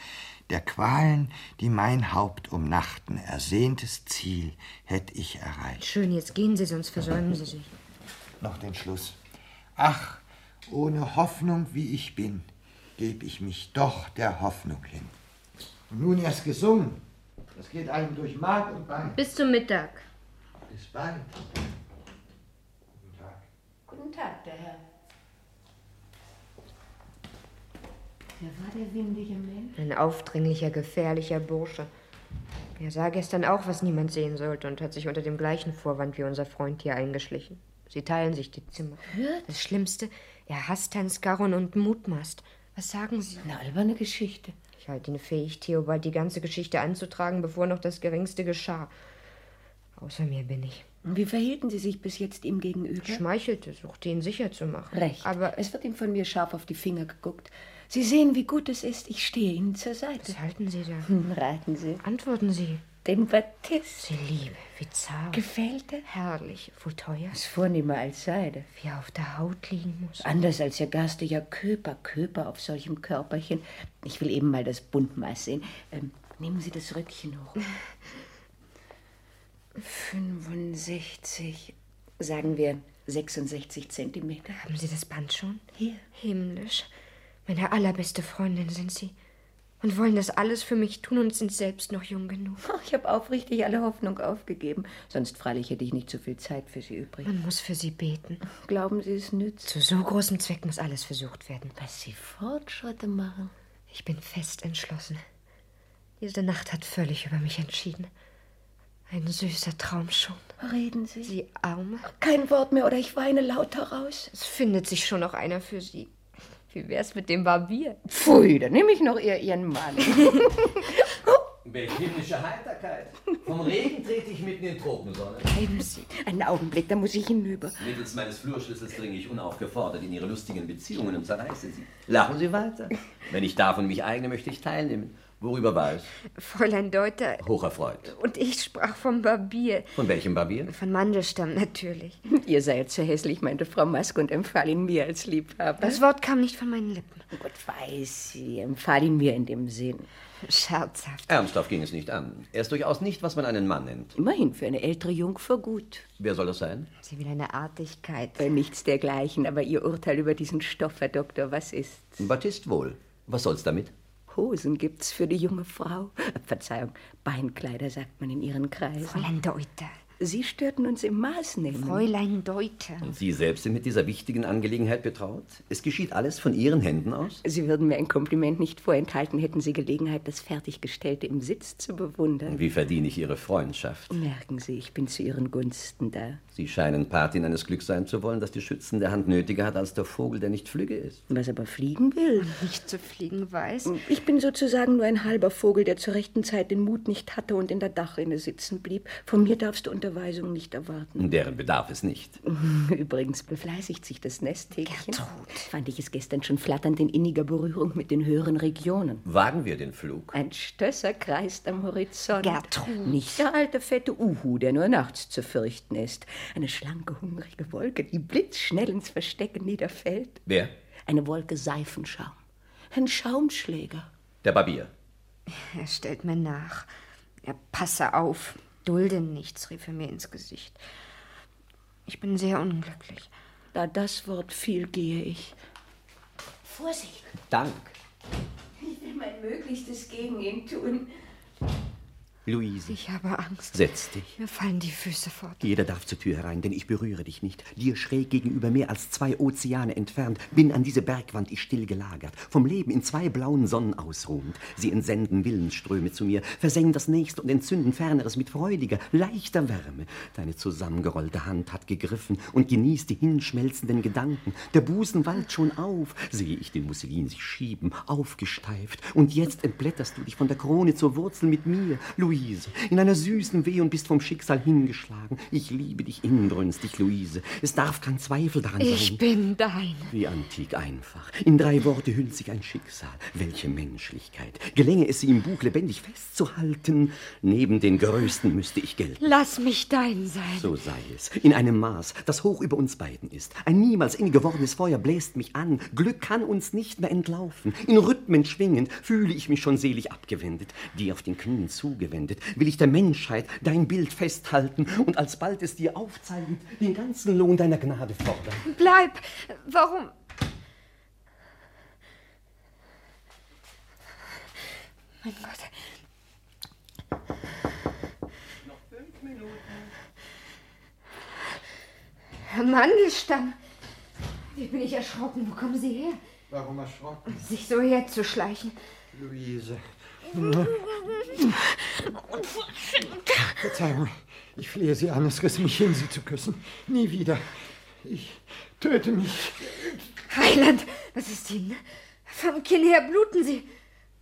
I: der Qualen, die mein Haupt umnachten, ersehntes Ziel hätt ich erreicht.
E: Schön, jetzt gehen Sie, sonst versäumen Sie sich.
I: Noch den Schluss. Ach, ohne Hoffnung, wie ich bin, geb ich mich doch der Hoffnung hin. Und nun erst gesungen. Das geht einem durch Mark und Bein.
E: Bis zum Mittag.
I: Bis bald.
F: Guten Tag, der Herr. Wer war der windige Mensch?
E: Ein aufdringlicher, gefährlicher Bursche. Er sah gestern auch, was niemand sehen sollte und hat sich unter dem gleichen Vorwand wie unser Freund hier eingeschlichen. Sie teilen sich die Zimmer.
F: Hört?
E: Das Schlimmste, er hasst Hans Garon und mutmaßt. Was sagen Sie?
F: Eine alberne Geschichte.
E: Ich halte ihn fähig, Theobald die ganze Geschichte anzutragen, bevor noch das Geringste geschah. Außer mir bin ich.
F: Und wie verhielten Sie sich bis jetzt ihm gegenüber?
E: Schmeichelte, suchte ihn sicher zu machen.
F: Recht. Aber es wird ihm von mir scharf auf die Finger geguckt. Sie sehen, wie gut es ist. Ich stehe Ihnen zur Seite.
E: Was halten Sie da?
F: Hm, Raten Sie.
E: Antworten Sie.
F: Den Baptist.
E: Die Liebe, wie zart.
F: Gefällt er?
E: Herrlich, wohl teuer.
F: Ist vornehmer als Seide.
E: Wie er auf der Haut liegen muss.
F: Anders als Ihr garstiger Körper, Körper auf solchem Körperchen. Ich will eben mal das Buntmaß sehen. Ähm, nehmen Sie das Röckchen hoch. 65, sagen wir 66 Zentimeter.
E: Haben Sie das Band schon?
F: Hier.
E: Himmlisch. Meine allerbeste Freundin sind Sie. Und wollen das alles für mich tun und sind selbst noch jung genug.
F: Oh, ich habe aufrichtig alle Hoffnung aufgegeben. Sonst freilich hätte ich nicht so viel Zeit für Sie übrig.
E: Man muss für Sie beten.
F: Glauben Sie, es nützt?
E: Zu so großem Zweck muss alles versucht werden.
F: Dass Sie Fortschritte machen.
E: Ich bin fest entschlossen. Diese Nacht hat völlig über mich entschieden. Ein süßer Traum schon.
F: Reden Sie.
E: Sie Arme.
F: Kein Wort mehr oder ich weine laut heraus.
E: Es findet sich schon noch einer für Sie. Wie wär's mit dem Barbier?
F: Pfui, dann nehme ich noch eher Ihren Mann.
K: Welch himmlische Heiterkeit. Vom Regen trete ich mitten in Tropensonne.
F: Bleiben Sie. Einen Augenblick, da muss ich hinüber.
K: Mittels meines Flurschlüssels dringe ich unaufgefordert in Ihre lustigen Beziehungen und zerreiße Sie. Lachen Sie weiter. Wenn ich davon mich eigne, möchte ich teilnehmen. Worüber war es?
E: <laughs> Fräulein Deuter
K: Hocherfreut.
E: und ich sprach vom Barbier.
K: Von welchem Barbier?
E: Von Mandelstamm natürlich.
F: <laughs> Ihr seid zu hässlich, meinte Frau Maske und empfahl ihn mir als Liebhaber.
E: Das Wort kam nicht von meinen Lippen.
F: Gott weiß, sie empfahl ihn mir in dem Sinn.
E: Scherzhaft.
K: Ernsthaft ging es nicht an. Er ist durchaus nicht, was man einen Mann nennt.
F: Immerhin für eine ältere Jungfer gut.
K: Wer soll das sein?
E: Sie will eine Artigkeit.
F: Äh, nichts dergleichen, aber Ihr Urteil über diesen Stoff, Herr Doktor, was ist?
K: Baptist wohl. Was soll's damit?
F: Hosen gibt's für die junge Frau. Äh, Verzeihung, Beinkleider sagt man in ihren Kreisen.
E: Fräulein Deuter.
F: Sie störten uns im Maßnehmen.
E: Fräulein Deuter.
K: Und Sie selbst sind mit dieser wichtigen Angelegenheit betraut? Es geschieht alles von Ihren Händen aus?
F: Sie würden mir ein Kompliment nicht vorenthalten, hätten Sie Gelegenheit, das Fertiggestellte im Sitz zu bewundern.
K: Und wie verdiene ich Ihre Freundschaft?
F: Merken Sie, ich bin zu Ihren Gunsten da.
K: Sie scheinen Patin eines Glücks sein zu wollen, das die schützende Hand nötiger hat als der Vogel, der nicht flügge ist.
F: Was aber fliegen will.
E: Nicht zu fliegen weiß.
F: Ich bin sozusagen nur ein halber Vogel, der zur rechten Zeit den Mut nicht hatte und in der Dachrinne sitzen blieb. Von mir darfst du Unterweisung nicht erwarten. <laughs>
K: Deren bedarf es nicht.
F: Übrigens befleißigt sich das Nesthäkchen. Fand ich es gestern schon flatternd in inniger Berührung mit den höheren Regionen.
K: Wagen wir den Flug?
F: Ein Stösser kreist am Horizont.
E: Gertrud.
F: Nicht der alte, fette Uhu, der nur nachts zu fürchten ist. Eine schlanke, hungrige Wolke, die blitzschnell ins Verstecken niederfällt.
K: Wer?
F: Eine Wolke Seifenschaum. Ein Schaumschläger.
K: Der Barbier.
E: Er stellt mir nach. Er passe auf. Dulde nichts, rief er mir ins Gesicht. Ich bin sehr unglücklich.
F: Da das Wort fiel, gehe ich.
H: Vorsicht!
K: Dank,
H: Ich will mein Möglichstes gegen ihn tun.
K: Luise.
E: Ich habe Angst.
K: Setz dich.
E: Mir fallen die Füße fort.
G: Jeder darf zur Tür herein, denn ich berühre dich nicht. Dir schräg gegenüber mehr als zwei Ozeane entfernt, bin an diese Bergwand ich still gelagert, vom Leben in zwei blauen Sonnen ausruhend. Sie entsenden Willensströme zu mir, versengen das Nächste und entzünden Ferneres mit freudiger, leichter Wärme. Deine zusammengerollte Hand hat gegriffen und genießt die hinschmelzenden Gedanken. Der Busen wallt schon auf, sehe ich den Musselin sich schieben, aufgesteift. Und jetzt entblätterst du dich von der Krone zur Wurzel mit mir, Luise, in einer süßen Weh und bist vom Schicksal hingeschlagen. Ich liebe dich inbrünstig, Luise. Es darf kein Zweifel daran sein.
E: Ich bin dein.
G: Wie antik einfach. In drei Worte hüllt sich ein Schicksal. Welche Menschlichkeit. Gelänge es, sie im Buch lebendig festzuhalten, neben den Größten müsste ich gelten.
E: Lass mich dein sein.
G: So sei es. In einem Maß, das hoch über uns beiden ist. Ein niemals innig gewordenes Feuer bläst mich an. Glück kann uns nicht mehr entlaufen. In Rhythmen schwingend fühle ich mich schon selig abgewendet. Dir auf den Knien zugewendet, will ich der Menschheit dein Bild festhalten und alsbald es dir aufzeigend den ganzen Lohn deiner Gnade fordern.
E: Bleib. Warum? Mein Gott. Herr Mandelstamm. Wie bin ich erschrocken? Wo kommen Sie her?
L: Warum erschrocken?
E: Sich so herzuschleichen.
L: Luise.
E: Unverschämt.
L: Verzeihung, ich flehe Sie an, es riss mich hin, Sie zu küssen. Nie wieder. Ich töte mich.
E: Heiland, was ist Ihnen? Vom Kinn her bluten Sie.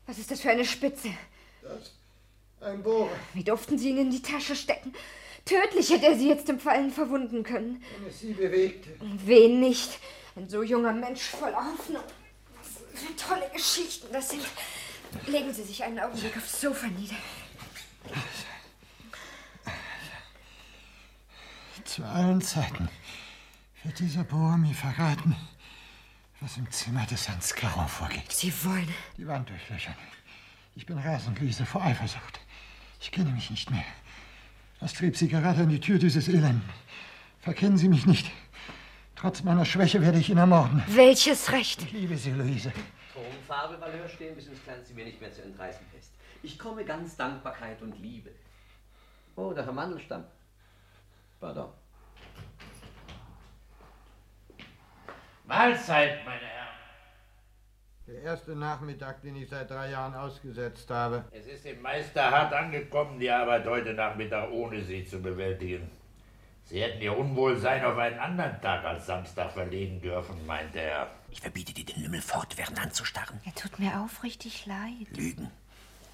E: Was ist das für eine Spitze?
L: Das ein Bohrer.
E: Wie durften Sie ihn in die Tasche stecken? Tödlich hätte er Sie jetzt im Fallen verwunden können.
L: Wenn es Sie bewegte.
E: Und wen nicht? Ein so junger Mensch voller Hoffnung. Was für tolle Geschichten das sind. Legen Sie sich einen Augenblick aufs Sofa nieder.
L: Zu allen Zeiten wird dieser Bohrer mir verraten, was im Zimmer des Hans Caron vorgeht.
E: Sie wollen.
L: Die Wand durchlöchern. Ich bin rasend, Luise, vor Eifersucht. Ich kenne mich nicht mehr. Was trieb Sie gerade an die Tür dieses Elenden? Verkennen Sie mich nicht. Trotz meiner Schwäche werde ich ihn ermorden.
E: Welches Recht?
L: Ich liebe Sie, Luise.
K: Turmfarbe, Valeur stehen bis ins Klein, sie mir nicht mehr zu entreißen ist. Ich komme ganz Dankbarkeit und Liebe. Oh, der Herr Mandelstamm. Pardon.
I: Mahlzeit, meine Herren. Der erste Nachmittag, den ich seit drei Jahren ausgesetzt habe.
C: Es ist dem Meister hart angekommen, die Arbeit heute Nachmittag ohne Sie zu bewältigen. Sie hätten Ihr Unwohlsein auf einen anderen Tag als Samstag verlegen dürfen, meinte er.
G: Ich verbiete dir, den Lümmel fortwährend anzustarren.
E: Er tut mir aufrichtig leid.
G: Lügen.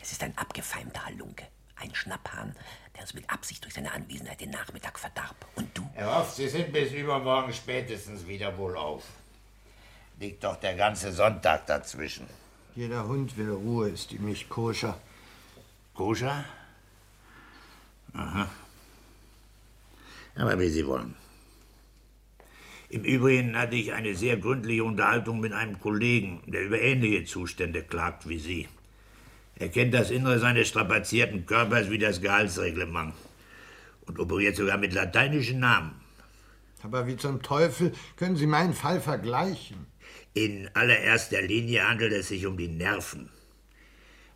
G: Es ist ein abgefeimter Halunke. Ein Schnapphahn, der uns mit Absicht durch seine Anwesenheit den Nachmittag verdarb. Und du?
C: Er hofft, Sie sind bis übermorgen spätestens wieder wohlauf. Liegt doch der ganze Sonntag dazwischen.
I: Jeder Hund will Ruhe, ist ihm nicht koscher.
C: Koscher? Aha. Aber wie Sie wollen. Im Übrigen hatte ich eine sehr gründliche Unterhaltung mit einem Kollegen, der über ähnliche Zustände klagt wie Sie. Er kennt das Innere seines strapazierten Körpers wie das Gehaltsreglement und operiert sogar mit lateinischen Namen.
I: Aber wie zum Teufel können Sie meinen Fall vergleichen?
C: In allererster Linie handelt es sich um die Nerven.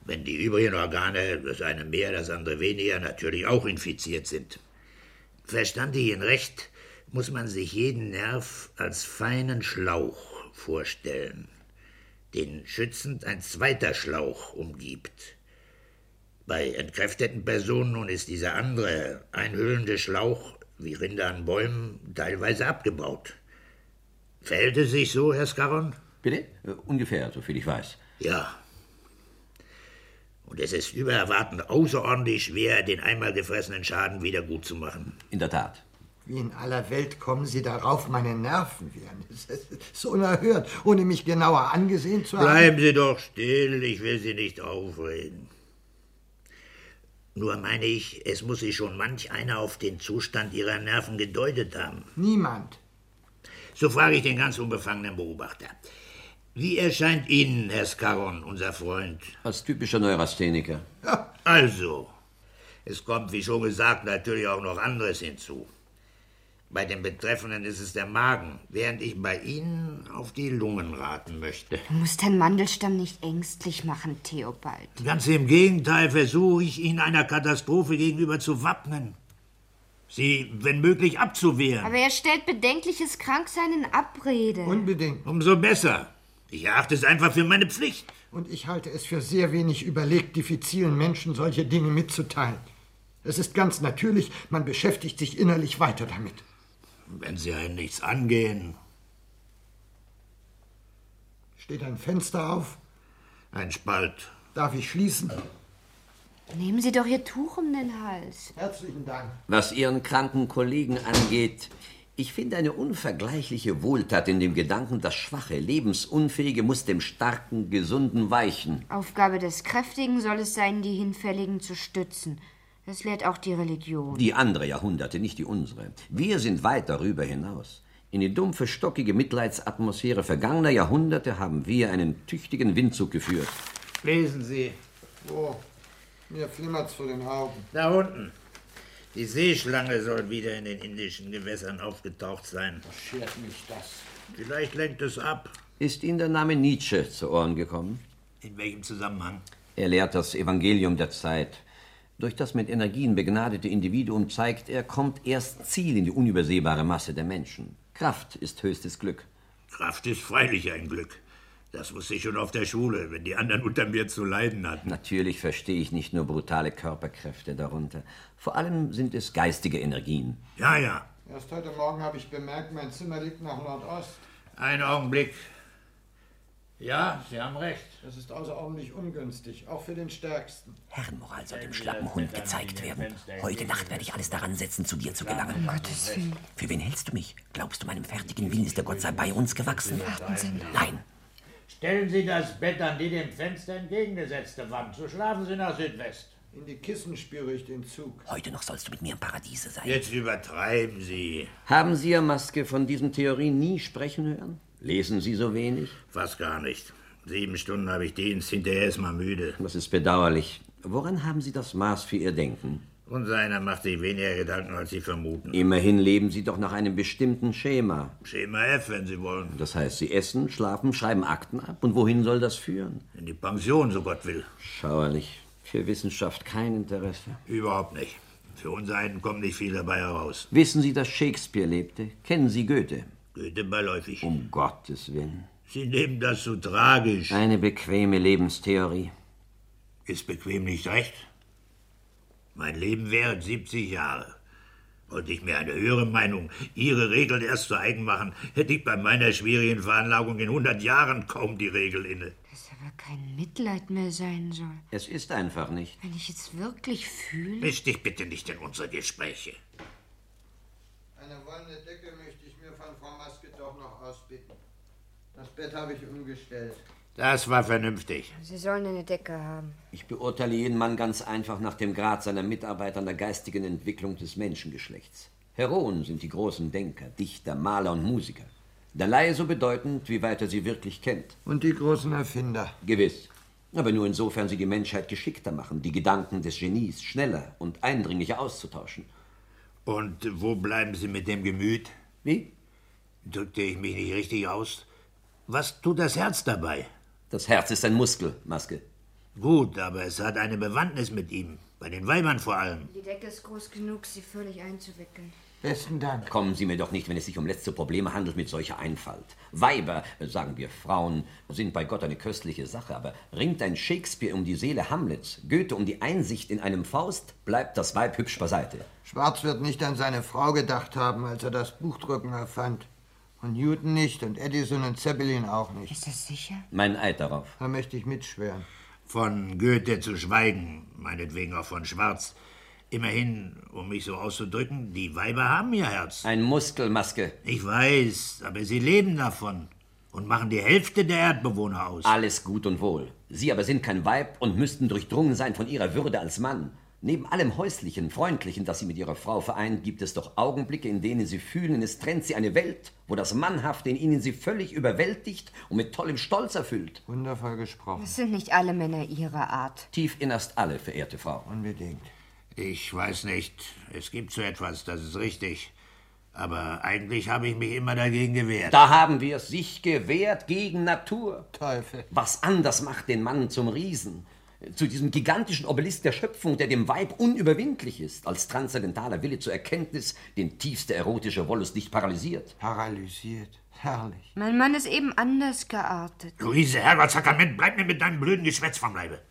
C: wenn die übrigen Organe, das eine mehr, das andere weniger, natürlich auch infiziert sind. Verstand ich ihn recht, muss man sich jeden Nerv als feinen Schlauch vorstellen, den schützend ein zweiter Schlauch umgibt. Bei entkräfteten Personen nun ist dieser andere, einhüllende Schlauch, wie Rinde an Bäumen, teilweise abgebaut. Verhält es sich so, Herr Scarron?
K: Bitte? Äh, Ungefähr, soviel ich weiß.
C: Ja. Und es ist über Erwarten außerordentlich schwer, den einmal gefressenen Schaden wieder gut zu machen.
K: In der Tat.
I: Wie in aller Welt kommen Sie darauf, meine Nerven wären? Das ist so unerhört, ohne mich genauer angesehen zu haben.
C: Bleiben Sie doch still, ich will Sie nicht aufregen. Nur meine ich, es muss sich schon manch einer auf den Zustand Ihrer Nerven gedeutet haben.
I: Niemand.
C: So frage ich den ganz unbefangenen Beobachter. Wie erscheint Ihnen, Herr Scarron, unser Freund?
K: Als typischer Neurastheniker.
C: Also, es kommt, wie schon gesagt, natürlich auch noch anderes hinzu. Bei dem Betreffenden ist es der Magen, während ich bei Ihnen auf die Lungen raten möchte.
E: Du musst Herrn Mandelstamm nicht ängstlich machen, Theobald.
C: Ganz im Gegenteil versuche ich, ihn einer Katastrophe gegenüber zu wappnen. Sie, wenn möglich, abzuwehren.
E: Aber er stellt bedenkliches Kranksein in Abrede.
I: Unbedingt.
C: Umso besser. Ich erachte es einfach für meine Pflicht.
I: Und ich halte es für sehr wenig überlegt, diffizilen Menschen solche Dinge mitzuteilen. Es ist ganz natürlich, man beschäftigt sich innerlich weiter damit.
C: Wenn Sie einen nichts angehen.
I: Steht ein Fenster auf?
C: Ein Spalt.
I: Darf ich schließen?
E: Nehmen Sie doch Ihr Tuch um den Hals.
I: Herzlichen Dank.
M: Was Ihren kranken Kollegen angeht, ich finde eine unvergleichliche Wohltat in dem Gedanken, das schwache, lebensunfähige muss dem starken, gesunden weichen.
E: Aufgabe des Kräftigen soll es sein, die Hinfälligen zu stützen. Das lehrt auch die Religion.
M: Die andere Jahrhunderte, nicht die unsere. Wir sind weit darüber hinaus. In die dumpfe, stockige Mitleidsatmosphäre vergangener Jahrhunderte haben wir einen tüchtigen Windzug geführt.
C: Lesen Sie.
I: Oh, mir flimmert's vor den Augen.
C: Da unten. Die Seeschlange soll wieder in den indischen Gewässern aufgetaucht sein.
I: Was schert mich das?
C: Vielleicht lenkt es ab.
M: Ist Ihnen der Name Nietzsche zu Ohren gekommen?
C: In welchem Zusammenhang?
M: Er lehrt das Evangelium der Zeit. Durch das mit Energien begnadete Individuum zeigt er, kommt erst Ziel in die unübersehbare Masse der Menschen. Kraft ist höchstes Glück.
C: Kraft ist freilich ein Glück. Das wusste ich schon auf der Schule, wenn die anderen unter mir zu leiden hatten.
M: Natürlich verstehe ich nicht nur brutale Körperkräfte darunter. Vor allem sind es geistige Energien.
C: Ja, ja.
I: Erst heute Morgen habe ich bemerkt, mein Zimmer liegt nach Nordost.
C: Einen Augenblick. Ja, Sie haben recht.
I: Das ist außerordentlich ungünstig, auch für den Stärksten.
M: Herrenmoral soll dem
G: um
M: schlappen Hund gezeigt werden. Heute Nacht werde ich alles daran setzen, zu dir zu gelangen.
E: Gottes Willen.
M: Für wen hältst du mich? Glaubst du, meinem fertigen Willen ist der Gott sei bei uns gewachsen?
E: Warten Sie noch.
M: Nein.
N: Stellen Sie das Bett an die dem Fenster entgegengesetzte Wand. So schlafen Sie nach Südwest.
I: In die Kissen spüre ich den Zug.
M: Heute noch sollst du mit mir im Paradiese sein.
C: Jetzt übertreiben Sie.
M: Haben Sie, Herr Maske, von diesen Theorien nie sprechen hören? Lesen Sie so wenig?
C: Fast gar nicht. Sieben Stunden habe ich Dienst, hinterher ist man müde.
M: Das ist bedauerlich. Woran haben Sie das Maß für Ihr Denken?
C: Unser einer macht sich weniger Gedanken, als Sie vermuten.
M: Immerhin leben Sie doch nach einem bestimmten Schema.
C: Schema F, wenn Sie wollen.
M: Das heißt, Sie essen, schlafen, schreiben Akten ab. Und wohin soll das führen?
C: In die Pension, so Gott will.
M: Schauerlich. Für Wissenschaft kein Interesse.
C: Überhaupt nicht. Für uns einen kommt nicht viel dabei heraus.
M: Wissen Sie, dass Shakespeare lebte? Kennen Sie Goethe?
C: Goethe beiläufig.
M: Um Gottes Willen.
C: Sie nehmen das so tragisch.
M: Eine bequeme Lebenstheorie.
C: Ist bequem nicht recht? Mein Leben während 70 Jahre. Wollte ich mir eine höhere Meinung, Ihre Regeln erst zu eigen machen, hätte ich bei meiner schwierigen Veranlagung in 100 Jahren kaum die Regel inne.
E: Dass aber kein Mitleid mehr sein soll.
M: Es ist einfach nicht.
E: Wenn ich es wirklich fühle.
C: Misch dich bitte nicht in unsere Gespräche.
I: Eine wollene Decke möchte ich mir von Frau Maske doch noch ausbitten. Das Bett habe ich umgestellt.
C: Das war vernünftig.
E: Sie sollen eine Decke haben.
M: Ich beurteile jeden Mann ganz einfach nach dem Grad seiner Mitarbeit an der geistigen Entwicklung des Menschengeschlechts. Heroen sind die großen Denker, Dichter, Maler und Musiker. Der Laie so bedeutend, wie weit er sie wirklich kennt.
I: Und die großen Erfinder.
M: Gewiss. Aber nur insofern sie die Menschheit geschickter machen, die Gedanken des Genies schneller und eindringlicher auszutauschen.
C: Und wo bleiben Sie mit dem Gemüt?
M: Wie?
C: Drückte ich mich nicht richtig aus? Was tut das Herz dabei?
M: Das Herz ist ein Muskel, Maske.
C: Gut, aber es hat eine Bewandtnis mit ihm. Bei den Weibern vor allem.
E: Die Decke ist groß genug, sie völlig einzuwickeln.
I: Besten Dank.
M: Kommen Sie mir doch nicht, wenn es sich um letzte Probleme handelt, mit solcher Einfalt. Weiber, äh, sagen wir Frauen, sind bei Gott eine köstliche Sache, aber ringt ein Shakespeare um die Seele Hamlets, Goethe um die Einsicht in einem Faust, bleibt das Weib hübsch beiseite.
I: Schwarz wird nicht an seine Frau gedacht haben, als er das Buchdrücken erfand. Und Newton nicht und Edison und Zeppelin auch nicht.
E: Ist das sicher?
M: Mein Eid darauf.
I: Da möchte ich mitschwören.
C: Von Goethe zu schweigen, meinetwegen auch von Schwarz. Immerhin, um mich so auszudrücken, die Weiber haben ihr Herz.
M: Ein Muskelmaske.
C: Ich weiß, aber sie leben davon und machen die Hälfte der Erdbewohner aus.
M: Alles gut und wohl. Sie aber sind kein Weib und müssten durchdrungen sein von ihrer Würde als Mann. Neben allem häuslichen, freundlichen, das sie mit ihrer Frau vereint, gibt es doch Augenblicke, in denen sie fühlen, es trennt sie eine Welt, wo das Mannhafte in ihnen sie völlig überwältigt und mit tollem Stolz erfüllt.
I: Wundervoll gesprochen.
E: Das sind nicht alle Männer ihrer Art.
M: Tief innerst alle, verehrte Frau.
I: Unbedingt.
C: Ich weiß nicht. Es gibt so etwas, das ist richtig. Aber eigentlich habe ich mich immer dagegen gewehrt.
M: Da haben wir es sich gewehrt gegen Natur.
I: Teufel.
M: Was anders macht den Mann zum Riesen, äh, zu diesem gigantischen Obelisk der Schöpfung, der dem Weib unüberwindlich ist, als transzendentaler Wille zur Erkenntnis, den tiefste erotische Wollust nicht paralysiert.
I: Paralysiert. Herrlich.
E: Mein Mann ist eben anders geartet.
C: Luise, Herbert Sakrament, bleib mir mit deinem blöden Geschwätz vom Leibe.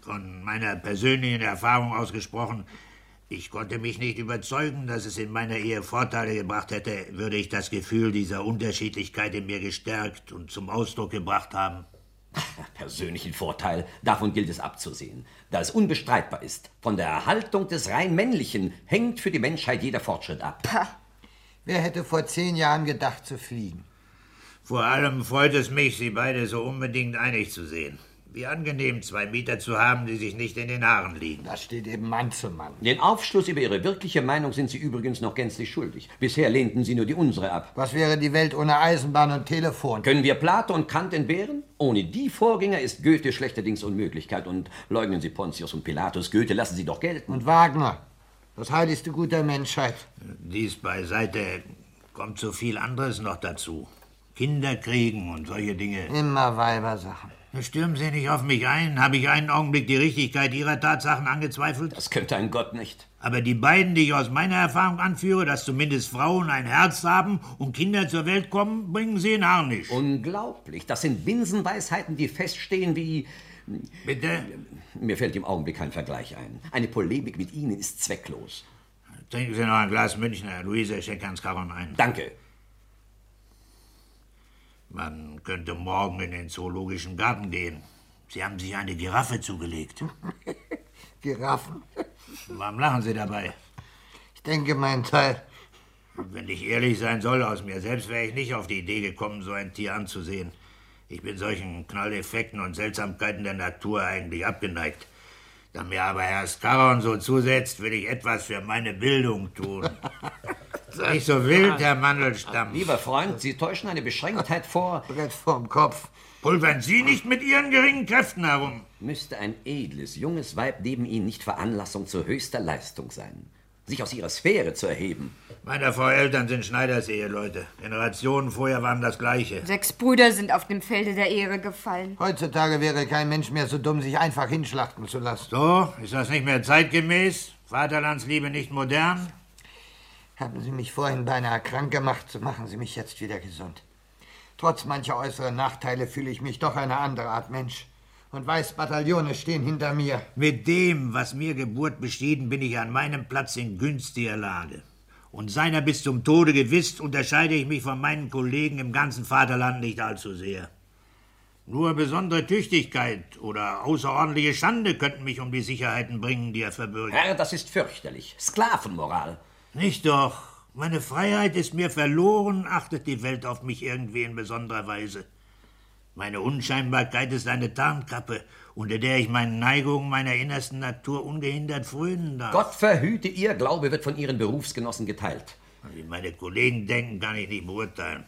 C: Von meiner persönlichen Erfahrung ausgesprochen, ich konnte mich nicht überzeugen, dass es in meiner Ehe Vorteile gebracht hätte, würde ich das Gefühl dieser Unterschiedlichkeit in mir gestärkt und zum Ausdruck gebracht haben.
M: persönlichen Vorteil, davon gilt es abzusehen. Da es unbestreitbar ist, von der Erhaltung des rein Männlichen hängt für die Menschheit jeder Fortschritt ab.
I: Wer hätte vor zehn Jahren gedacht zu fliegen?
C: Vor allem freut es mich, Sie beide so unbedingt einig zu sehen. Wie angenehm, zwei Mieter zu haben, die sich nicht in den Haaren liegen.
I: Das steht eben Mann zu Mann.
M: Den Aufschluss über Ihre wirkliche Meinung sind Sie übrigens noch gänzlich schuldig. Bisher lehnten Sie nur die unsere ab.
I: Was wäre die Welt ohne Eisenbahn und Telefon?
M: Können wir Plato und Kant entbehren? Ohne die Vorgänger ist Goethe schlechterdings Unmöglichkeit. Und leugnen Sie Pontius und Pilatus, Goethe lassen Sie doch gelten.
I: Und Wagner, das heiligste Gut der Menschheit.
C: Dies beiseite kommt so viel anderes noch dazu. Kinder kriegen und solche Dinge.
I: Immer Weibersachen.
C: Stürmen Sie nicht auf mich ein. Habe ich einen Augenblick die Richtigkeit Ihrer Tatsachen angezweifelt?
M: Das könnte ein Gott nicht.
C: Aber die beiden, die ich aus meiner Erfahrung anführe, dass zumindest Frauen ein Herz haben und Kinder zur Welt kommen, bringen sie in Harnisch.
M: Unglaublich. Das sind Binsenweisheiten, die feststehen wie.
C: Bitte?
M: Mir fällt im Augenblick kein Vergleich ein. Eine Polemik mit Ihnen ist zwecklos.
C: Trinken Sie noch ein Glas Münchner. Luise, schenk Hans Karon ein.
M: Danke.
C: Man könnte morgen in den zoologischen Garten gehen. Sie haben sich eine Giraffe zugelegt.
I: <laughs> Giraffen.
C: Warum lachen Sie dabei?
I: Ich denke meinen Teil.
C: Wenn ich ehrlich sein soll, aus mir selbst wäre ich nicht auf die Idee gekommen, so ein Tier anzusehen. Ich bin solchen Knalleffekten und Seltsamkeiten der Natur eigentlich abgeneigt. Da mir aber Herr Scarron so zusetzt, will ich etwas für meine Bildung
M: <laughs>
C: tun. nicht so wild, Herr Mandelstamm.
M: Lieber Freund, Sie täuschen eine Beschränktheit vor,
I: Brett Halt vorm Kopf.
C: Pulvern Sie nicht mit Ihren geringen Kräften herum.
M: müsste ein edles, junges Weib neben Ihnen nicht Veranlassung zur höchster Leistung sein. Sich aus ihrer Sphäre zu erheben.
C: Meine Frau Eltern sind Schneiders Eheleute. Generationen vorher waren das Gleiche.
E: Sechs Brüder sind auf dem Felde der Ehre gefallen.
I: Heutzutage wäre kein Mensch mehr so dumm, sich einfach hinschlachten zu lassen.
C: So, ist das nicht mehr zeitgemäß? Vaterlandsliebe nicht modern?
I: Haben Sie mich vorhin beinahe krank gemacht, so machen Sie mich jetzt wieder gesund. Trotz mancher äußeren Nachteile fühle ich mich doch eine andere Art Mensch. Und weiß, Bataillone stehen hinter mir.
C: Mit dem, was mir Geburt beschieden, bin ich an meinem Platz in günstiger Lage. Und seiner bis zum Tode gewiss unterscheide ich mich von meinen Kollegen im ganzen Vaterland nicht allzu sehr. Nur besondere Tüchtigkeit oder außerordentliche Schande könnten mich um die Sicherheiten bringen, die er verbürgt.
M: Herr, das ist fürchterlich. Sklavenmoral.
C: Nicht doch. Meine Freiheit ist mir verloren, achtet die Welt auf mich irgendwie in besonderer Weise. Meine Unscheinbarkeit ist eine Tarnkappe, unter der ich meinen Neigungen meiner innersten Natur ungehindert frönen darf.
M: Gott verhüte, Ihr Glaube wird von Ihren Berufsgenossen geteilt.
C: Wie meine Kollegen denken, kann ich nicht beurteilen.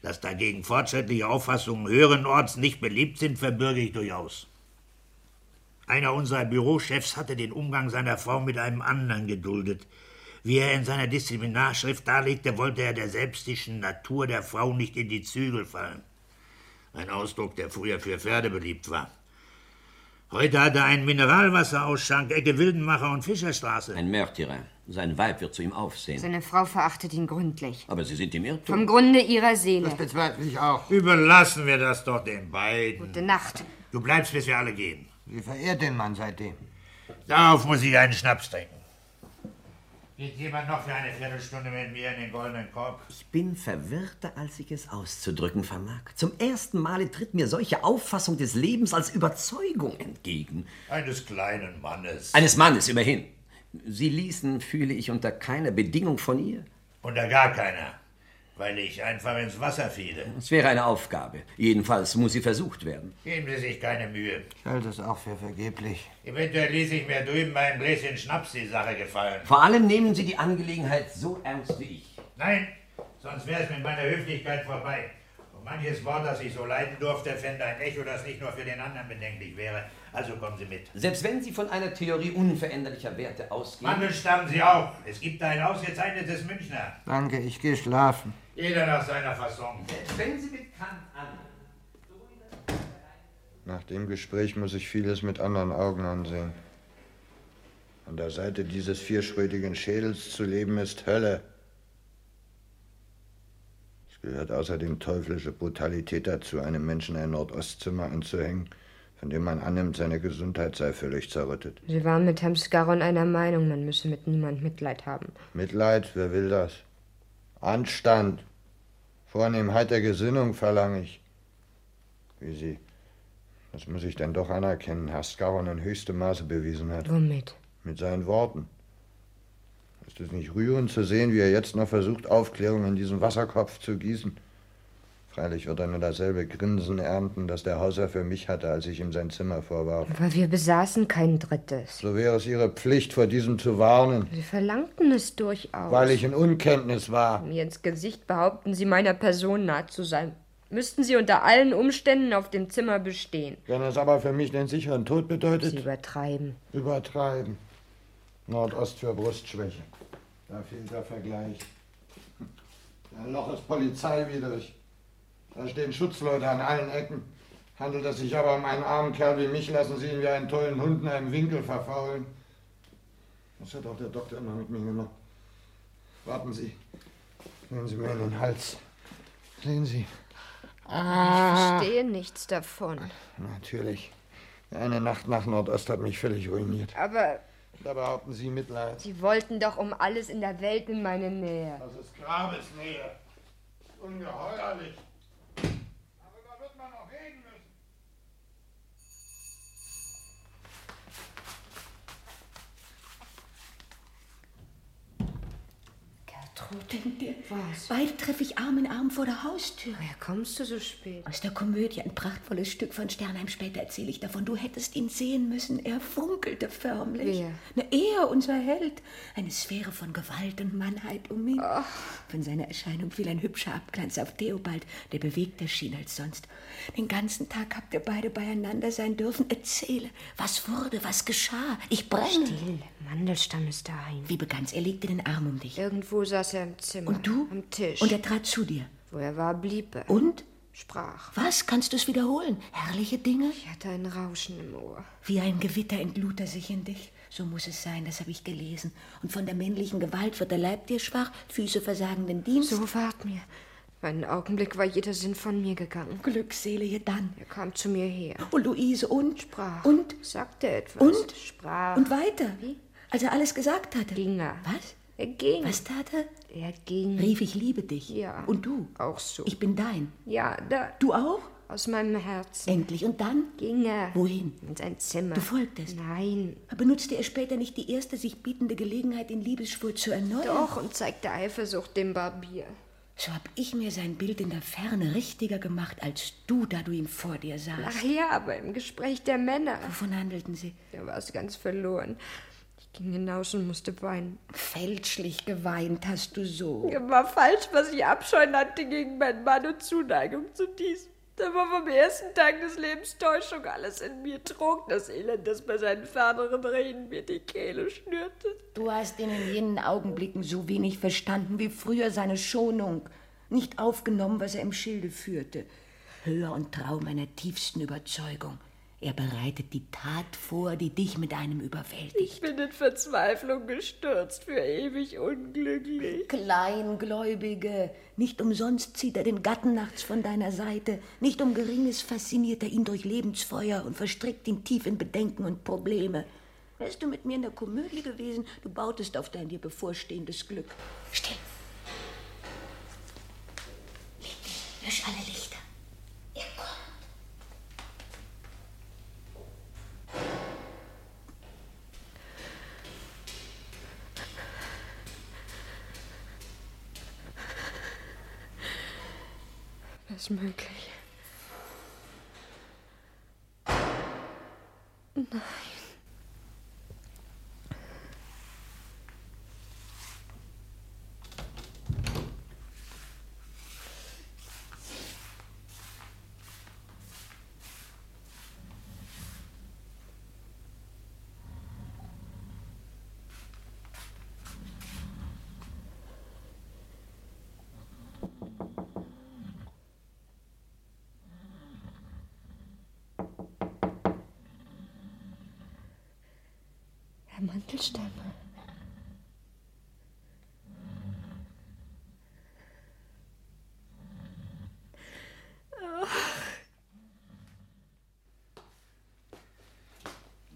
C: Dass dagegen fortschrittliche Auffassungen höheren Orts nicht beliebt sind, verbürge ich durchaus. Einer unserer Bürochefs hatte den Umgang seiner Frau mit einem anderen geduldet. Wie er in seiner Disziplinarschrift darlegte, wollte er der selbstischen Natur der Frau nicht in die Zügel fallen. Ein Ausdruck, der früher für Pferde beliebt war. Heute hat er einen Mineralwasserausschank, Ecke Wildenmacher und Fischerstraße.
M: Ein Märtyrer. Sein Weib wird zu ihm aufsehen.
E: Seine Frau verachtet ihn gründlich.
M: Aber sie sind im Irrtum.
E: Vom Grunde ihrer Seele.
I: bezweifle ich auch.
C: Überlassen wir das doch den beiden.
E: Gute Nacht.
C: Du bleibst, bis wir alle gehen.
I: Sie verehrt den Mann seitdem.
C: Darauf muss ich einen Schnaps trinken. Geht jemand noch für eine Viertelstunde mit mir in den goldenen Korb?
M: Ich bin verwirrter, als ich es auszudrücken vermag. Zum ersten Male tritt mir solche Auffassung des Lebens als Überzeugung entgegen.
C: Eines kleinen Mannes.
M: Eines Mannes, immerhin. Sie ließen, fühle ich, unter keiner Bedingung von ihr.
C: Unter gar keiner. Weil ich einfach ins Wasser fiele.
M: Es wäre eine Aufgabe. Jedenfalls muss sie versucht werden.
C: Geben Sie sich keine Mühe.
I: Ich halte es auch für vergeblich.
C: Eventuell ließ ich mir drüben mein Gläschen Schnaps die Sache gefallen.
M: Vor allem nehmen Sie die Angelegenheit so ernst wie ich.
C: Nein, sonst wäre es mit meiner Höflichkeit vorbei. Und manches Wort, das ich so leiden durfte, fände ein Echo, das nicht nur für den anderen bedenklich wäre. Also kommen Sie mit.
M: Selbst wenn Sie von einer Theorie unveränderlicher Werte ausgehen.
C: Mandelstamm Sie auch. Es gibt da ein ausgezeichnetes Münchner.
I: Danke, ich gehe schlafen.
C: Jeder nach seiner Fassung.
M: Wenn Sie mit Kant an.
I: Nach dem Gespräch muss ich vieles mit anderen Augen ansehen. An der Seite dieses vierschrötigen Schädels zu leben ist Hölle. Es gehört außerdem teuflische Brutalität dazu, einem Menschen ein Nordostzimmer anzuhängen, von dem man annimmt, seine Gesundheit sei völlig zerrüttet.
E: Sie waren mit Herrn Scarron einer Meinung, man müsse mit niemand Mitleid haben.
I: Mitleid, wer will das? Anstand, Vornehmheit der Gesinnung verlange ich. Wie Sie, das muss ich denn doch anerkennen, Herr Scarron in höchstem Maße bewiesen hat.
E: Womit?
I: Mit seinen Worten. Ist es nicht rührend zu sehen, wie er jetzt noch versucht, Aufklärung in diesen Wasserkopf zu gießen? Freilich wird er nur dasselbe Grinsen ernten, das der Hausherr für mich hatte, als ich ihm sein Zimmer vorwarf.
E: Aber wir besaßen kein drittes.
I: So wäre es Ihre Pflicht, vor diesem zu warnen,
E: Sie verlangten es durchaus.
I: weil ich in Unkenntnis war.
E: Mir ins Gesicht behaupten Sie, meiner Person nahe zu sein. Müssten Sie unter allen Umständen auf dem Zimmer bestehen.
I: Wenn es aber für mich den sicheren Tod bedeutet.
E: Sie übertreiben.
I: Übertreiben. Nordost für Brustschwäche. Da fehlt der Vergleich. Ein Loch ist polizeiwidrig. Da stehen Schutzleute an allen Ecken. Handelt es sich aber um einen armen Kerl wie mich, lassen sie ihn wie einen tollen Hund in einem Winkel verfaulen. Das hat auch der Doktor immer mit mir gemacht. Warten Sie. Nehmen Sie mir in den Hals. Sehen Sie. Ah.
E: Ich verstehe nichts davon.
I: Natürlich. Eine Nacht nach Nordost hat mich völlig ruiniert.
E: Aber
I: Da behaupten Sie Mitleid.
E: Sie wollten doch um alles in der Welt in meine Nähe.
I: Das ist Grabesnähe. Ungeheuerlich.
F: Gertrud, denk dir,
E: Was?
F: beide treffe ich Arm in Arm vor der Haustür.
E: Woher kommst du so spät?
F: Aus der Komödie, ein prachtvolles Stück von Sternheim. Später erzähle ich davon. Du hättest ihn sehen müssen. Er funkelte förmlich.
E: Wer?
F: Na, er, unser Held. Eine Sphäre von Gewalt und Mannheit um ihn.
E: Ah.
F: Von seiner Erscheinung fiel ein hübscher Abglanz auf Theobald, der bewegter schien als sonst. Den ganzen Tag habt ihr beide beieinander sein dürfen. Erzähle, was wurde, was geschah. Ich brenne.
E: Still, Mandelstamm ist daheim.
F: Wie begann's? Er legte den Arm um dich.
E: Irgendwo saß er im Zimmer.
F: Und du?
E: Am Tisch.
F: Und er trat zu dir.
E: Wo er war, blieb er.
F: Und?
E: Sprach.
F: Was? Kannst du es wiederholen? Herrliche Dinge?
E: Ich hatte ein Rauschen im Ohr.
F: Wie ein Gewitter entlud er sich in dich. So muss es sein, das habe ich gelesen. Und von der männlichen Gewalt wird der Leib dir schwach, Füße versagen den Dienst.
E: So ward mir. Für einen Augenblick war jeder Sinn von mir gegangen.
F: Glückselige dann.
E: Er kam zu mir her.
F: Oh, Luise, und?
E: Sprach.
F: Und?
E: Sagte etwas.
F: Und?
E: Sprach.
F: Und weiter?
E: Wie?
F: Als er alles gesagt hatte.
E: Ging er.
F: Was?
E: Er ging.
F: Was tat er?
E: Er ging.
F: Rief, ich liebe dich.
E: Ja.
F: Und du?
E: Auch so.
F: Ich bin dein.
E: ja, da.
F: Du auch?
E: Aus meinem Herzen.
F: Endlich. Und dann?
E: Ging er.
F: Wohin?
E: In sein Zimmer.
F: Du folgtest.
E: Nein.
F: Benutzte er später nicht die erste sich bietende Gelegenheit, den Liebesschwur zu erneuern?
E: Doch, und zeigte Eifersucht dem Barbier.
F: So hab ich mir sein Bild in der Ferne richtiger gemacht, als du, da du ihm vor dir sahst.
E: Ach ja, aber im Gespräch der Männer.
F: Wovon handelten sie?
E: Da war es ganz verloren. Ich ging hinaus und musste weinen.
F: Fälschlich geweint hast du so.
D: Mir war falsch, was ich Abscheu nannte gegen meinen Mann und Zuneigung zu diesem. Da war vom ersten Tag des Lebens Täuschung alles in mir trug, das Elend, das bei seinen ferneren Reden mir die Kehle schnürte.
F: Du hast ihn in jenen Augenblicken so wenig verstanden wie früher seine Schonung. Nicht aufgenommen, was er im Schilde führte. höher und trau meiner tiefsten Überzeugung. Er bereitet die Tat vor, die dich mit einem überwältigt.
D: Ich bin in Verzweiflung gestürzt, für ewig unglücklich.
F: Kleingläubige, nicht umsonst zieht er den Gatten nachts von deiner Seite, nicht um Geringes fasziniert er ihn durch Lebensfeuer und verstrickt ihn tief in Bedenken und Probleme. Wärst du mit mir in der Komödie gewesen, du bautest auf dein dir bevorstehendes Glück. Still!
O: Lösch alle Lichter. Er kommt.
E: Ist möglich. Nein. Herr Mandelstamm.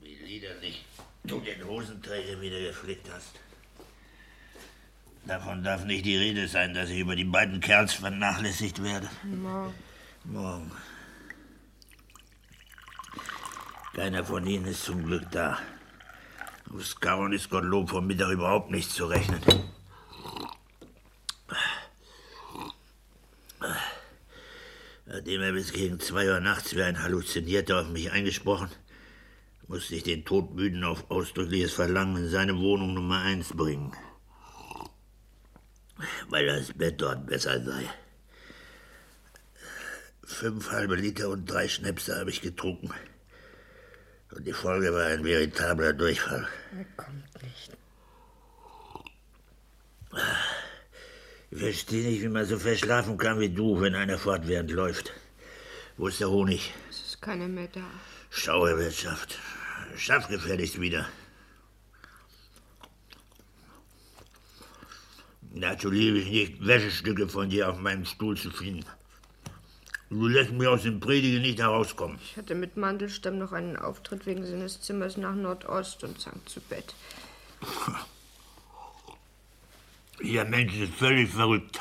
C: Wie liederlich du den Hosenträger wieder geflickt hast. Davon darf nicht die Rede sein, dass ich über die beiden Kerls vernachlässigt werde.
E: Morgen.
C: Morgen. Keiner von ihnen ist zum Glück da. Aus Karon ist Gottlob vom Mittag überhaupt nichts zu rechnen. Nachdem er bis gegen zwei Uhr nachts wie ein Halluzinierter auf mich eingesprochen, musste ich den Todmüden auf ausdrückliches Verlangen in seine Wohnung Nummer eins bringen. Weil das Bett dort besser sei. Fünf halbe Liter und drei Schnäpse habe ich getrunken. Und die Folge war ein veritabler Durchfall.
E: Er kommt nicht.
C: Ich verstehe nicht, wie man so verschlafen kann wie du, wenn einer fortwährend läuft. Wo ist der Honig?
E: Es ist keiner mehr da.
C: Schauerwirtschaft. Schaff gefälligst wieder. Dazu liebe ich nicht, Wäschestücke von dir auf meinem Stuhl zu finden. Du lässt mich aus dem Predigen nicht herauskommen.
E: Ich hatte mit Mandelstamm noch einen Auftritt wegen seines Zimmers nach Nordost und sank zu Bett.
C: Dieser Mensch ist völlig verrückt.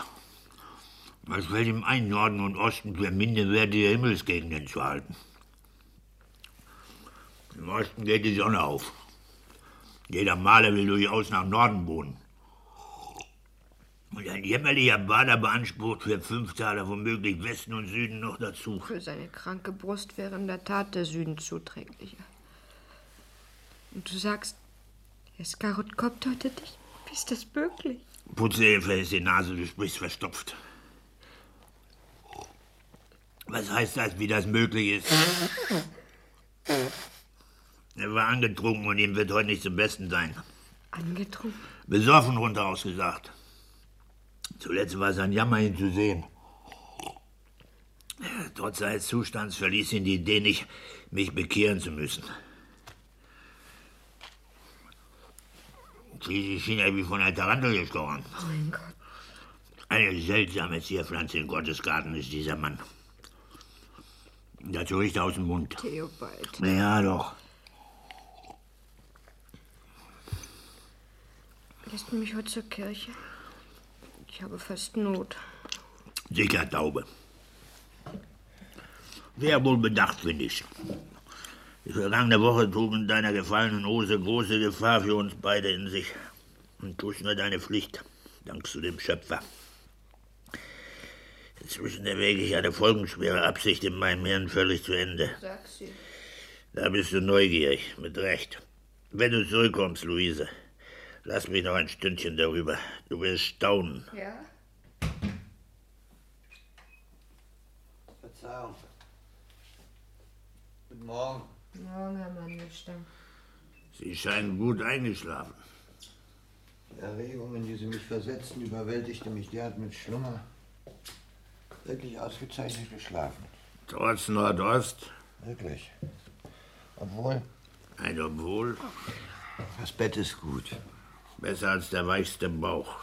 C: Was fällt ihm ein, Norden und Osten für minderwertige Himmelsgegenden zu halten? Im Osten geht die Sonne auf. Jeder Maler will durchaus nach Norden wohnen. Und ein jämmerlicher Bader beansprucht für fünf Taler womöglich Westen und Süden noch dazu.
E: Für seine kranke Brust wäre in der Tat der Süden zuträglicher. Und du sagst, Eskarot kommt heute dich? Wie ist das möglich?
C: Putzehilfe ist die Nase, du sprichst verstopft. Was heißt das, wie das möglich ist? Er war angetrunken und ihm wird heute nicht zum Besten sein.
E: Angetrunken?
C: Besoffen runter ausgesagt. Zuletzt war sein Jammer, ihn zu sehen. Trotz seines Zustands verließ ihn die Idee nicht, mich bekehren zu müssen. Schließlich schien er wie von einer Tarantel gestochen.
E: Oh mein Gott.
C: Eine seltsame Zierpflanze in Gottes Garten ist dieser Mann. Dazu riecht er aus dem Mund.
E: Theobald.
C: Na Ja, doch.
E: Lässt du mich heute zur Kirche? Ich habe fast Not.
C: Sicher Taube. Sehr wohl bedacht, finde ich. Die vergangene Woche trug in deiner gefallenen Hose große Gefahr für uns beide in sich. Und tust nur deine Pflicht, dank zu dem Schöpfer. Inzwischen erwäge ich eine folgenschwere Absicht in meinem Hirn völlig zu Ende.
E: Sag sie.
C: Da bist du neugierig, mit Recht. Wenn du zurückkommst, Luise, lass mich noch ein Stündchen darüber. Du wirst staunen.
E: Ja?
P: Verzeihung. Guten Morgen.
E: Morgen, Herr Mandelstamm.
C: Sie scheinen gut eingeschlafen.
I: Die Erregung, in die sie mich versetzten, überwältigte mich derart mit Schlummer. Wirklich ausgezeichnet geschlafen.
C: Trotz Nordost?
I: Möglich. Obwohl?
C: Nein, obwohl.
I: Das Bett ist gut.
C: Besser als der weichste Bauch.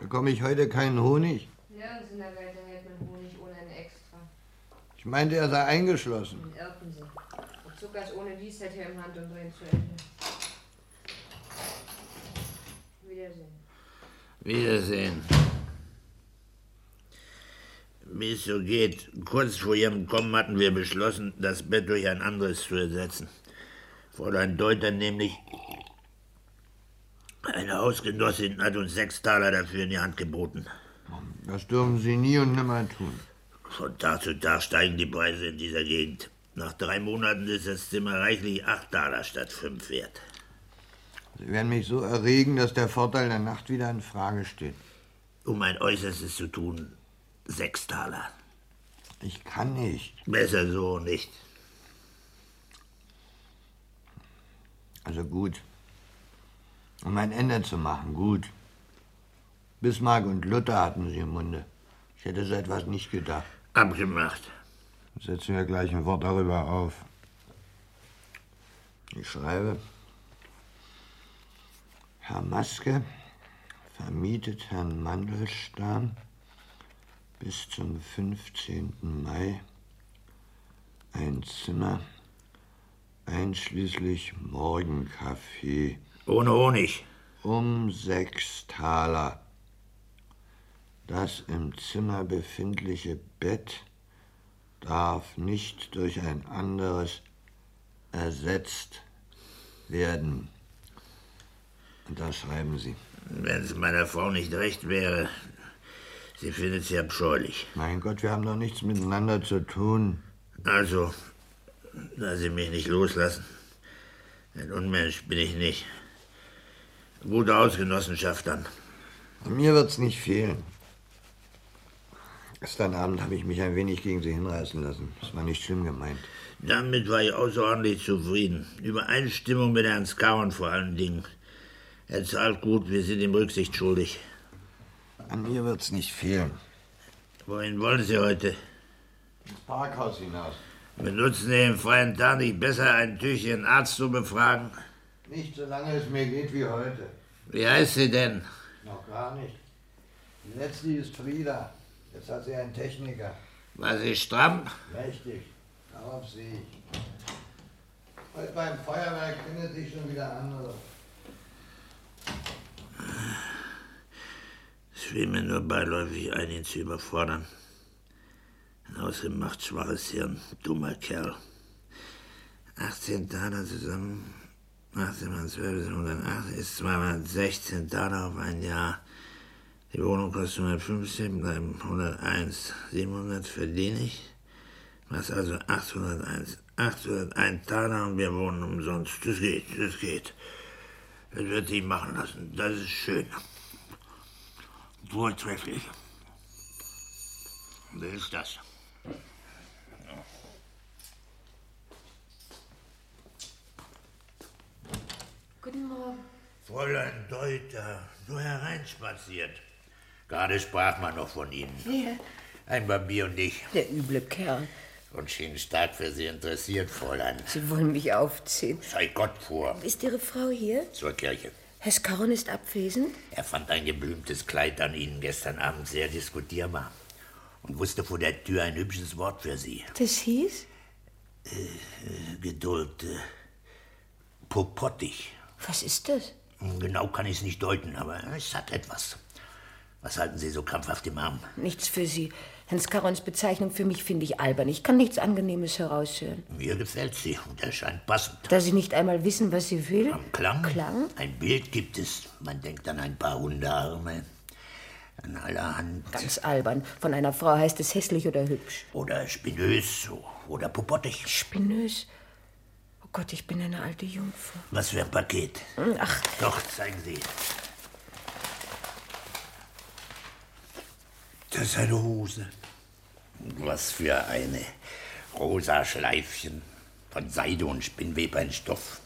I: Bekomme ich heute keinen Honig?
Q: Nirgends in der Welt erhält man Honig ohne ein Extra.
I: Ich meinte, er sei eingeschlossen.
Q: Irrten Sie. Und Zucker ist ohne dies hätte er im Handumdrehen zu Ende. Wiedersehen.
C: Wiedersehen. Wie es so geht, kurz vor ihrem Kommen hatten wir beschlossen, das Bett durch ein anderes zu ersetzen. Fräulein Deuter nämlich, eine Hausgenossin, hat uns sechs Taler dafür in die Hand geboten.
I: Das dürfen Sie nie und nimmer tun.
C: Von Tag zu Tag steigen die Preise in dieser Gegend. Nach drei Monaten ist das Zimmer reichlich acht Taler statt fünf wert.
I: Sie werden mich so erregen, dass der Vorteil der Nacht wieder in Frage steht.
C: Um ein Äußerstes zu tun, sechs Taler.
I: Ich kann nicht.
C: Besser so nicht.
I: Also gut. Um ein Ende zu machen, gut. Bismarck und Luther hatten sie im Munde. Ich hätte so etwas nicht gedacht.
C: Abgemacht.
I: Setzen wir gleich ein Wort darüber auf. Ich schreibe. Herr Maske vermietet Herrn Mandelstam bis zum 15. Mai ein Zimmer einschließlich Morgenkaffee.
C: Ohne Honig.
I: Um sechs Taler. Das im Zimmer befindliche Bett darf nicht durch ein anderes ersetzt werden. Und da schreiben Sie.
C: Wenn es meiner Frau nicht recht wäre, sie findet sie abscheulich.
I: Mein Gott, wir haben doch nichts miteinander zu tun.
C: Also, da sie mich nicht loslassen. Ein Unmensch bin ich nicht. Gute Hausgenossenschaft dann.
I: An mir wird's nicht fehlen. Gestern Abend habe ich mich ein wenig gegen Sie hinreißen lassen. Das war nicht schlimm gemeint.
C: Damit war ich außerordentlich zufrieden. Übereinstimmung mit Herrn Skauern vor allen Dingen. Er zahlt gut, wir sind ihm Rücksicht schuldig.
I: An mir wird's nicht fehlen.
C: Wohin wollen Sie heute?
I: Ins Parkhaus hinaus.
C: Benutzen Sie den freien Tag nicht besser, ein Tüchchen Arzt zu befragen?
I: Nicht so lange es mir geht wie heute.
C: Wie heißt sie denn?
I: Noch gar nicht. Die letzte ist Frieda. Jetzt hat sie einen Techniker.
C: War sie stramm?
I: Mächtig. Darauf sehe ich. Heute beim Feuerwerk findet sich schon wieder andere.
C: Ich will mir nur beiläufig ein, ihn zu überfordern. Ein ausgemacht schwaches Hirn, dummer Kerl. 18 Taler zusammen, 18 mal 12 sind 108, ist 2 mal 16 Taler auf ein Jahr. Die Wohnung kostet 115, bleiben 101. 700 verdiene ich, was also 801. 801 Taler und wir wohnen umsonst. Das geht, das geht. Das wird sich machen lassen. Das ist schön. Wohltrefflich. Wer ist das?
Q: Guten Morgen.
C: Fräulein Deuter, nur hereinspaziert. Gerade sprach man noch von Ihnen.
F: Ja.
C: Ein Barbier und ich.
F: Der üble Kerl.
C: Und schien stark für Sie interessiert, Fräulein.
F: Sie wollen mich aufziehen.
C: Sei Gott vor.
F: Ist Ihre Frau hier?
C: Zur Kirche.
F: Herr Skorn ist abwesend?
C: Er fand ein geblümtes Kleid an Ihnen gestern Abend sehr diskutierbar und wusste vor der Tür ein hübsches Wort für Sie.
F: Das hieß?
C: Äh, Geduld. Äh, popottig.
F: Was ist das?
C: Genau kann ich es nicht deuten, aber es hat etwas. Was halten Sie so krampfhaft im Arm?
F: Nichts für Sie. Hans Karons Bezeichnung für mich finde ich albern. Ich kann nichts Angenehmes heraushören.
C: Mir gefällt sie und erscheint passend.
F: Da Sie nicht einmal wissen, was sie will?
C: Am Klang?
F: Klang?
C: Ein Bild gibt es. Man denkt an ein paar Hundearme. An allerhand.
F: Ganz albern. Von einer Frau heißt es hässlich oder hübsch.
C: Oder spinös oder popottig.
F: Spinös? Oh Gott, ich bin eine alte Jungfrau.
C: Was für ein Paket.
F: Hm, Ach,
C: Doch, zeigen Sie. Das ist eine Hose. Was für eine. Rosa Schleifchen. Von Seide und Spinnwebernstoff.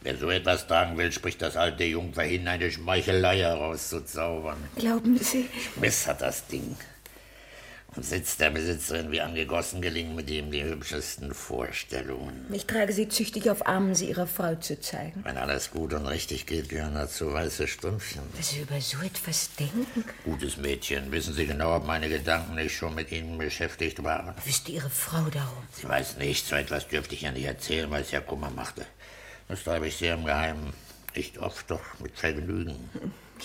C: Wer so etwas tragen will, spricht das alte Jungferhin, eine Schmeichelei herauszuzaubern.
F: glauben Sie?
C: Mess hat das Ding. Sitzt der Besitzerin wie angegossen, gelingen mit ihm die hübschesten Vorstellungen.
R: Ich trage sie züchtig auf Armen, sie ihrer Frau zu zeigen.
C: Wenn alles gut und richtig geht, gehören dazu weiße Strümpfchen.
R: Was Sie über so etwas denken?
C: Gutes Mädchen, wissen Sie genau, ob meine Gedanken nicht schon mit Ihnen beschäftigt waren?
R: Wüsste Ihre Frau darum.
C: Sie weiß nicht, so etwas dürfte ich ja nicht erzählen, weil es ja Kummer machte. Das treibe ich sehr im Geheimen. Nicht oft, doch mit Vergnügen.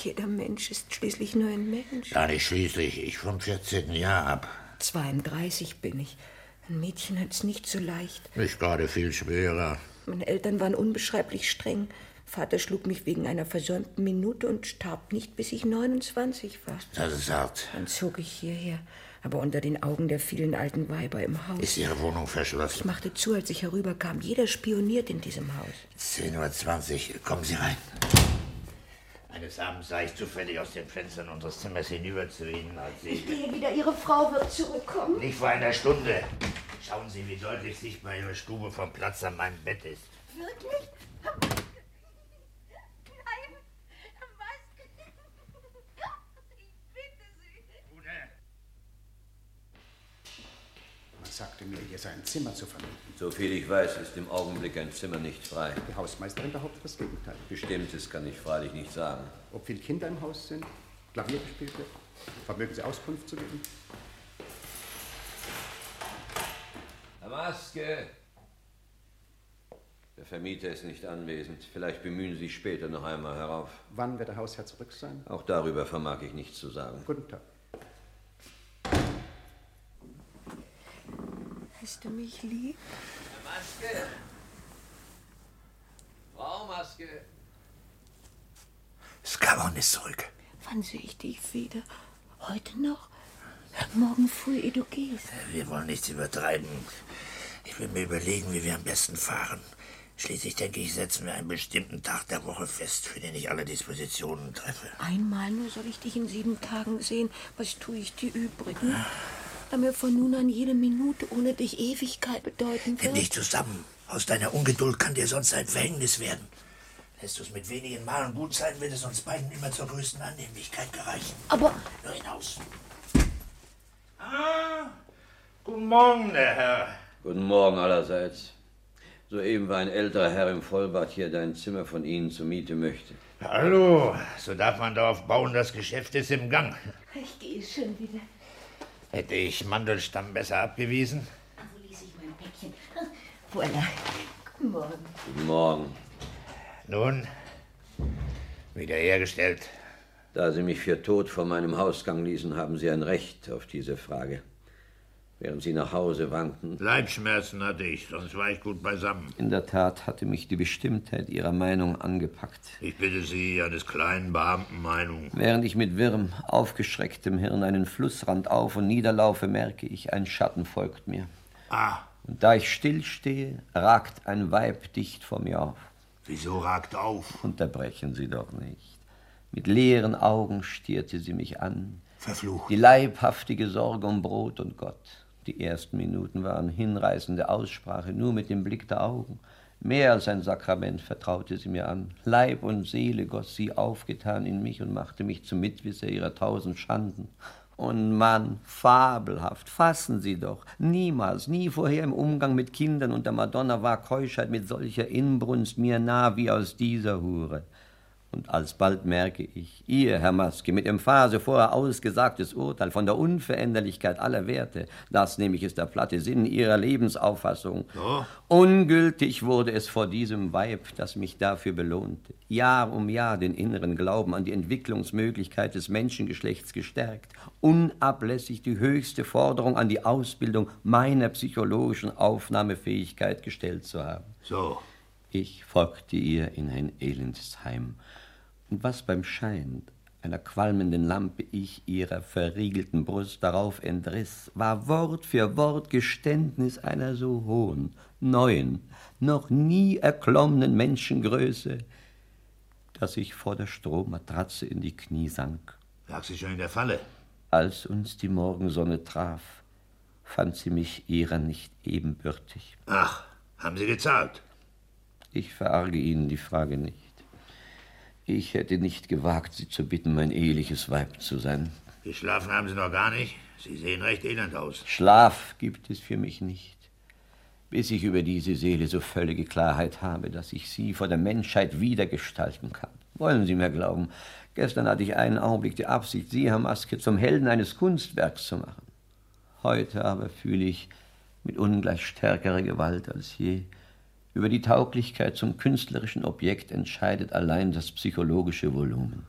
R: Jeder Mensch ist schließlich nur ein Mensch.
C: Gar nicht schließlich, ich vom 14. Jahr ab.
R: 32 bin ich. Ein Mädchen hat's nicht so leicht.
C: Nicht gerade viel schwerer.
R: Meine Eltern waren unbeschreiblich streng. Vater schlug mich wegen einer versäumten Minute und starb nicht, bis ich 29 war.
C: Das ist hart.
R: Dann zog ich hierher, aber unter den Augen der vielen alten Weiber im Haus.
C: Ist Ihre Wohnung
R: Ich
C: verschlossen?
R: machte zu, als ich herüberkam. Jeder spioniert in diesem Haus.
C: 10.20 Uhr, kommen Sie rein. Eines Abends sah ich zufällig aus den Fenstern unseres Zimmers hinüber zu Ihnen, als Sie...
H: Ich gehe wieder, Ihre Frau wird zurückkommen.
C: Nicht vor einer Stunde. Schauen Sie, wie deutlich sichtbar Ihre Stube vom Platz an meinem Bett ist.
H: Wirklich?
S: Man sagte mir, hier sei ein Zimmer zu vermieten.
M: Soviel ich weiß, ist im Augenblick ein Zimmer nicht frei.
S: Die Hausmeisterin behauptet das Gegenteil.
M: Bestimmtes kann ich freilich nicht sagen.
S: Ob viele Kinder im Haus sind, Klavier gespielt wird, vermögen Sie Auskunft zu geben?
M: Herr Maske! Der Vermieter ist nicht anwesend. Vielleicht bemühen Sie sich später noch einmal herauf.
S: Wann wird der Hausherr zurück sein?
M: Auch darüber vermag ich nichts zu sagen.
S: Guten Tag.
R: Hast du mich lieb?
M: Maske! Frau Maske!
C: Skavon ist zurück.
R: Wann sehe ich dich wieder? Heute noch? Morgen früh, ehe du gehst.
C: Wir wollen nichts übertreiben. Ich will mir überlegen, wie wir am besten fahren. Schließlich denke ich, setzen wir einen bestimmten Tag der Woche fest, für den ich alle Dispositionen treffe.
R: Einmal nur soll ich dich in sieben Tagen sehen. Was tue ich die übrigen? Da mir von nun an jede Minute ohne dich Ewigkeit bedeuten
C: Nimm dich
R: wird.
C: zusammen. Aus deiner Ungeduld kann dir sonst ein Verhängnis werden. Lässt du es mit wenigen Malen gut sein, wird es uns beiden immer zur größten Annehmlichkeit gereichen.
R: Aber.
C: Nur hinaus. Ah, guten Morgen, der Herr.
M: Guten Morgen allerseits. Soeben war ein älterer Herr im Vollbart hier, der ein Zimmer von Ihnen zur Miete möchte.
C: Hallo, so darf man darauf bauen, das Geschäft ist im Gang.
H: Ich gehe schon wieder.
C: Hätte ich Mandelstamm besser abgewiesen?
H: Wo ließ ich mein Päckchen? Voilà. Guten Morgen.
M: Guten Morgen.
C: Nun, wiederhergestellt.
M: Da Sie mich für tot vor meinem Hausgang ließen, haben Sie ein Recht auf diese Frage. Während Sie nach Hause wankten.
C: Leibschmerzen hatte ich, sonst war ich gut beisammen.
M: In der Tat hatte mich die Bestimmtheit Ihrer Meinung angepackt.
C: Ich bitte Sie, eines kleinen Beamten Meinung.
M: Während ich mit wirrem, aufgeschrecktem Hirn einen Flussrand auf und niederlaufe, merke ich, ein Schatten folgt mir.
C: Ah.
M: Und da ich stillstehe, ragt ein Weib dicht vor mir auf.
C: Wieso ragt auf?
M: Unterbrechen Sie doch nicht. Mit leeren Augen stierte sie mich an.
C: Verflucht.
M: Die leibhaftige Sorge um Brot und Gott. Die ersten Minuten waren hinreißende Aussprache, nur mit dem Blick der Augen. Mehr als ein Sakrament vertraute sie mir an. Leib und Seele goss sie aufgetan in mich und machte mich zum Mitwisser ihrer tausend Schanden. Und Mann, fabelhaft, fassen Sie doch. Niemals, nie vorher im Umgang mit Kindern und der Madonna war Keuschheit mit solcher Inbrunst mir nah wie aus dieser Hure. Und alsbald merke ich, ihr, Herr Maske, mit Emphase vorher ausgesagtes Urteil von der Unveränderlichkeit aller Werte, das nämlich ist der platte Sinn ihrer Lebensauffassung, Ungültig wurde es vor diesem Weib, das mich dafür belohnte. Jahr um Jahr den inneren Glauben an die Entwicklungsmöglichkeit des Menschengeschlechts gestärkt. Unablässig die höchste Forderung an die Ausbildung meiner psychologischen Aufnahmefähigkeit gestellt zu haben.
C: So.
M: Ich folgte ihr in ein Elendsheim. Und was beim Schein einer qualmenden Lampe ich ihrer verriegelten Brust darauf entriss, war Wort für Wort Geständnis einer so hohen, neuen, noch nie erklommenen Menschengröße, dass ich vor der Strohmatratze in die Knie sank.
C: Lag sie schon in der Falle?
M: Als uns die Morgensonne traf, fand sie mich ihrer nicht ebenbürtig.
C: Ach, haben Sie gezahlt?
M: Ich verarge Ihnen die Frage nicht. Ich hätte nicht gewagt, Sie zu bitten, mein eheliches Weib zu sein.
C: Geschlafen haben Sie noch gar nicht? Sie sehen recht elend aus.
M: Schlaf gibt es für mich nicht, bis ich über diese Seele so völlige Klarheit habe, dass ich sie vor der Menschheit wiedergestalten kann. Wollen Sie mir glauben, gestern hatte ich einen Augenblick die Absicht, Sie, Herr Maske, zum Helden eines Kunstwerks zu machen. Heute aber fühle ich mit ungleich stärkerer Gewalt als je, über die Tauglichkeit zum künstlerischen Objekt entscheidet allein das psychologische Volumen.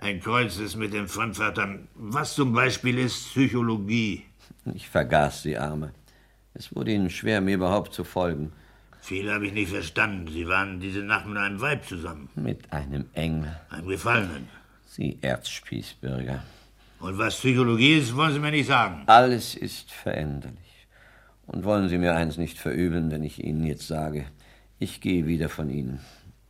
C: Ein Kreuz ist mit den Fremdwörtern. Was zum Beispiel ist Psychologie?
M: Ich vergaß die Arme. Es wurde ihnen schwer, mir überhaupt zu folgen.
C: Viel habe ich nicht verstanden. Sie waren diese Nacht mit einem Weib zusammen.
M: Mit einem Engel.
C: Einem Gefallenen.
M: Sie Erzspießbürger.
C: Und was Psychologie ist, wollen Sie mir nicht sagen.
M: Alles ist veränderlich. Und wollen Sie mir eins nicht verübeln, wenn ich Ihnen jetzt sage, ich gehe wieder von Ihnen.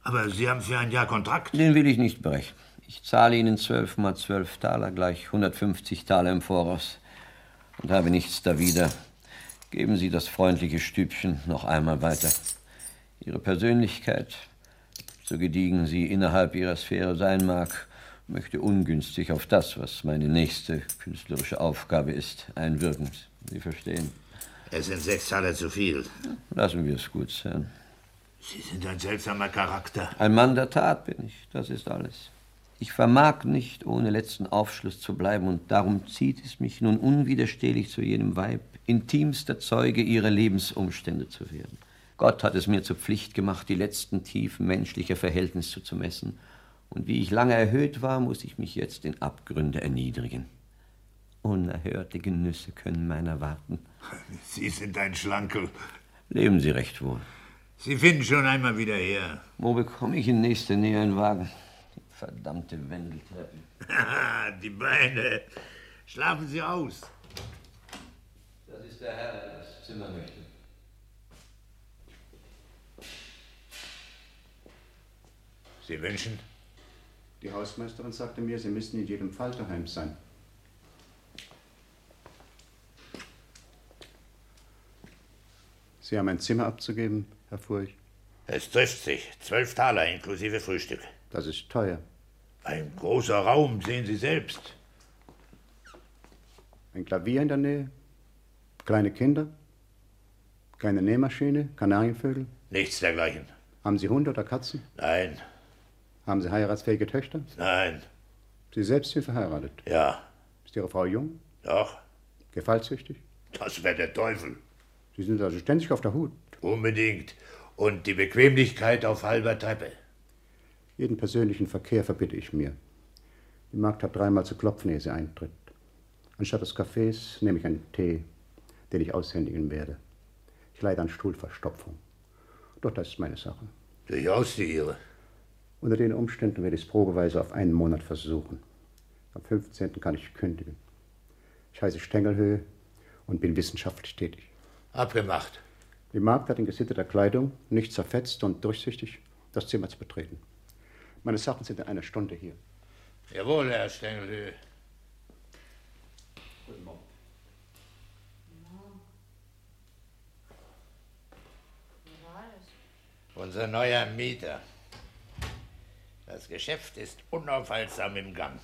C: Aber Sie haben für ein Jahr Kontrakt.
M: Den will ich nicht brechen. Ich zahle Ihnen zwölf mal zwölf Taler gleich 150 Taler im Voraus und habe nichts dawider. Geben Sie das freundliche Stübchen noch einmal weiter. Ihre Persönlichkeit, so gediegen sie innerhalb Ihrer Sphäre sein mag, möchte ungünstig auf das, was meine nächste künstlerische Aufgabe ist, einwirken. Sie verstehen.
C: Es sind sechs Taler zu viel.
M: Lassen wir es gut sein.
C: Sie sind ein seltsamer Charakter. <laughs>
M: Ein Mann der Tat bin ich, das ist alles. Ich vermag nicht, ohne letzten Aufschluss zu bleiben, und darum zieht es mich nun unwiderstehlich zu jenem Weib, intimster Zeuge ihrer Lebensumstände zu werden. Gott hat es mir zur Pflicht gemacht, die letzten Tiefen menschlicher Verhältnisse zu messen, und wie ich lange erhöht war, muss ich mich jetzt in Abgründe erniedrigen. Unerhörte Genüsse können meiner warten.
C: Sie sind ein Schlankel.
M: Leben Sie recht wohl.
C: Sie finden schon einmal wieder her.
M: Wo bekomme ich in nächster Nähe einen Wagen? Die verdammte Wendeltreppe.
C: <laughs> Die Beine. Schlafen Sie aus.
M: Das ist der Herr, der das Zimmer möchte.
C: Sie wünschen?
S: Die Hausmeisterin sagte mir, Sie müssen in jedem Fall daheim sein. Sie haben ein Zimmer abzugeben, Herr Furch.
C: Es trifft sich. Zwölf Taler inklusive Frühstück.
S: Das ist teuer.
C: Ein großer Raum, sehen Sie selbst.
S: Ein Klavier in der Nähe, kleine Kinder, keine Nähmaschine, Kanarienvögel.
C: Nichts dergleichen.
S: Haben Sie Hunde oder Katzen?
C: Nein,
S: Haben Sie heiratsfähige Töchter?
C: nein,
S: Sie selbst sind verheiratet.
C: ja,
S: Ist Ihre Frau jung?
C: doch.
S: Gefallsüchtig?
C: Das wäre der Teufel.
S: Sie sind also ständig auf der Hut.
C: Unbedingt. Und die Bequemlichkeit auf halber Treppe.
S: Jeden persönlichen Verkehr verbitte ich mir. Die Magd hat dreimal zu klopfen, ehe sie eintritt. Anstatt des Kaffees nehme ich einen Tee, den ich aushändigen werde. Ich leide an Stuhlverstopfung. Doch das ist meine Sache.
C: Durchaus die Ihre.
S: Unter den Umständen werde ich es probeweise auf einen Monat versuchen. Am 15. kann ich kündigen. Ich heiße Stengelhöhe und bin wissenschaftlich tätig.
C: Abgemacht.
S: Die Magd hat in gesitteter Kleidung, nicht zerfetzt und durchsichtig, das Zimmer zu betreten. Meine Sachen sind in einer Stunde hier.
C: Jawohl, Herr Stengelhöhe.
K: Guten Morgen.
C: Unser neuer Mieter. Das Geschäft ist unaufhaltsam im Gang.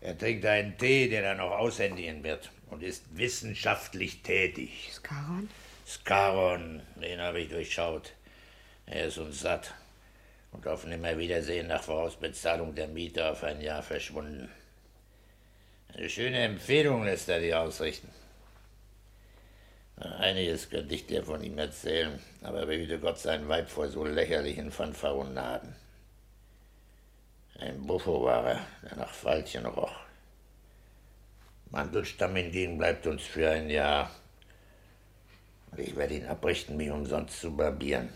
C: Er trinkt einen Tee, den er noch aushändigen wird und ist wissenschaftlich tätig.
E: Skaron?
C: Skaron, den habe ich durchschaut. Er ist uns satt und auf Nimmerwiedersehen nach Vorausbezahlung der Miete auf ein Jahr verschwunden. Eine schöne Empfehlung lässt er dir ausrichten. Einiges könnte ich dir von ihm erzählen, aber behüte Gott sein Weib vor so lächerlichen Fanfaronaden. Ein Buffo war er, der nach Faltchen roch. Mandelstamm hingegen bleibt uns für ein Jahr. Und ich werde ihn abrichten, mich umsonst zu barbieren.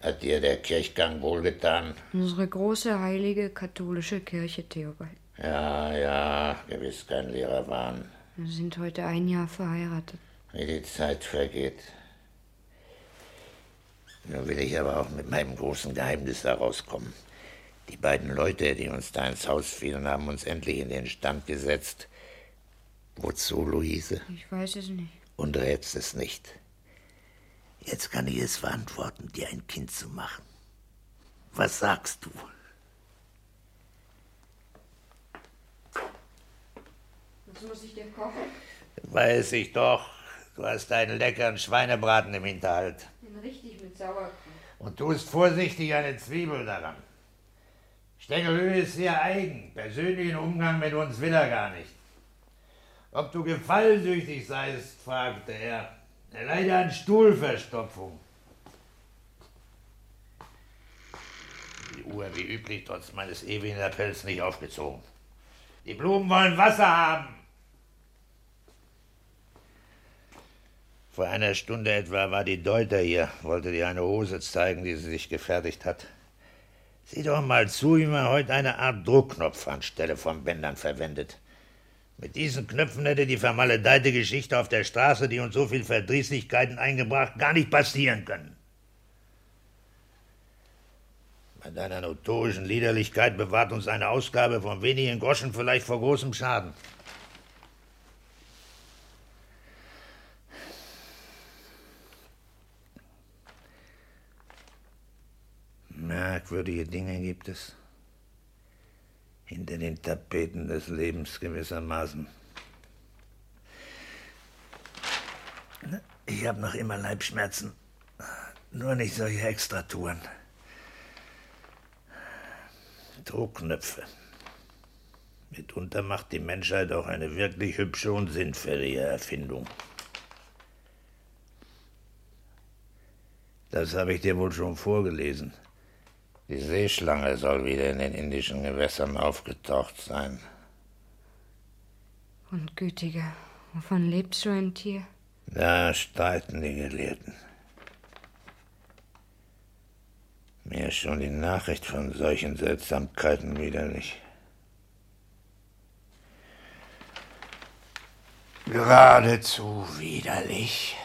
C: Hat dir der Kirchgang wohlgetan?
E: Unsere große heilige katholische Kirche, Theobald.
C: Ja, ja, gewiss kein leerer Wahn.
E: Wir sind heute ein Jahr verheiratet.
C: wie die Zeit vergeht. Nun will ich aber auch mit meinem großen Geheimnis da rauskommen. Die beiden Leute, die uns da ins Haus fielen, haben uns endlich in den Stand gesetzt. Wozu, Luise?
E: Ich weiß es nicht.
C: Und rätst es nicht. Jetzt kann ich es verantworten, dir ein Kind zu machen. Was sagst du?
Q: muss ich dir kochen?
C: Weiß ich doch. Du hast einen leckeren Schweinebraten im Hinterhalt.
Q: Den richtig mit Sauerkraut.
C: Und tust vorsichtig eine Zwiebel daran. Steckelhöhe ist sehr eigen. Persönlichen Umgang mit uns will er gar nicht. Ob du gefallsüchtig seist, fragte er. Er leidet an Stuhlverstopfung. Die Uhr wie üblich trotz meines ewigen Appells nicht aufgezogen. Die Blumen wollen Wasser haben. Vor einer Stunde etwa war die Deuter hier, wollte dir eine Hose zeigen, die sie sich gefertigt hat. Sieh doch mal zu, wie man heute eine Art Druckknopf anstelle von Bändern verwendet. Mit diesen Knöpfen hätte die vermaledeite Geschichte auf der Straße, die uns so viel Verdrießlichkeiten eingebracht, gar nicht passieren können. Bei deiner notorischen Liederlichkeit bewahrt uns eine Ausgabe von wenigen Groschen vielleicht vor großem Schaden. Merkwürdige Dinge gibt es. Hinter den Tapeten des Lebens gewissermaßen. Ich habe noch immer Leibschmerzen. Nur nicht solche Extratouren. Druckknöpfe. Mitunter macht die Menschheit auch eine wirklich hübsche und sinnfällige Erfindung. Das habe ich dir wohl schon vorgelesen. Die Seeschlange soll wieder in den indischen Gewässern aufgetaucht sein.
E: Und gütiger, wovon lebt so ein Tier?
C: Da streiten die Gelehrten. Mir ist schon die Nachricht von solchen Seltsamkeiten widerlich. Geradezu widerlich.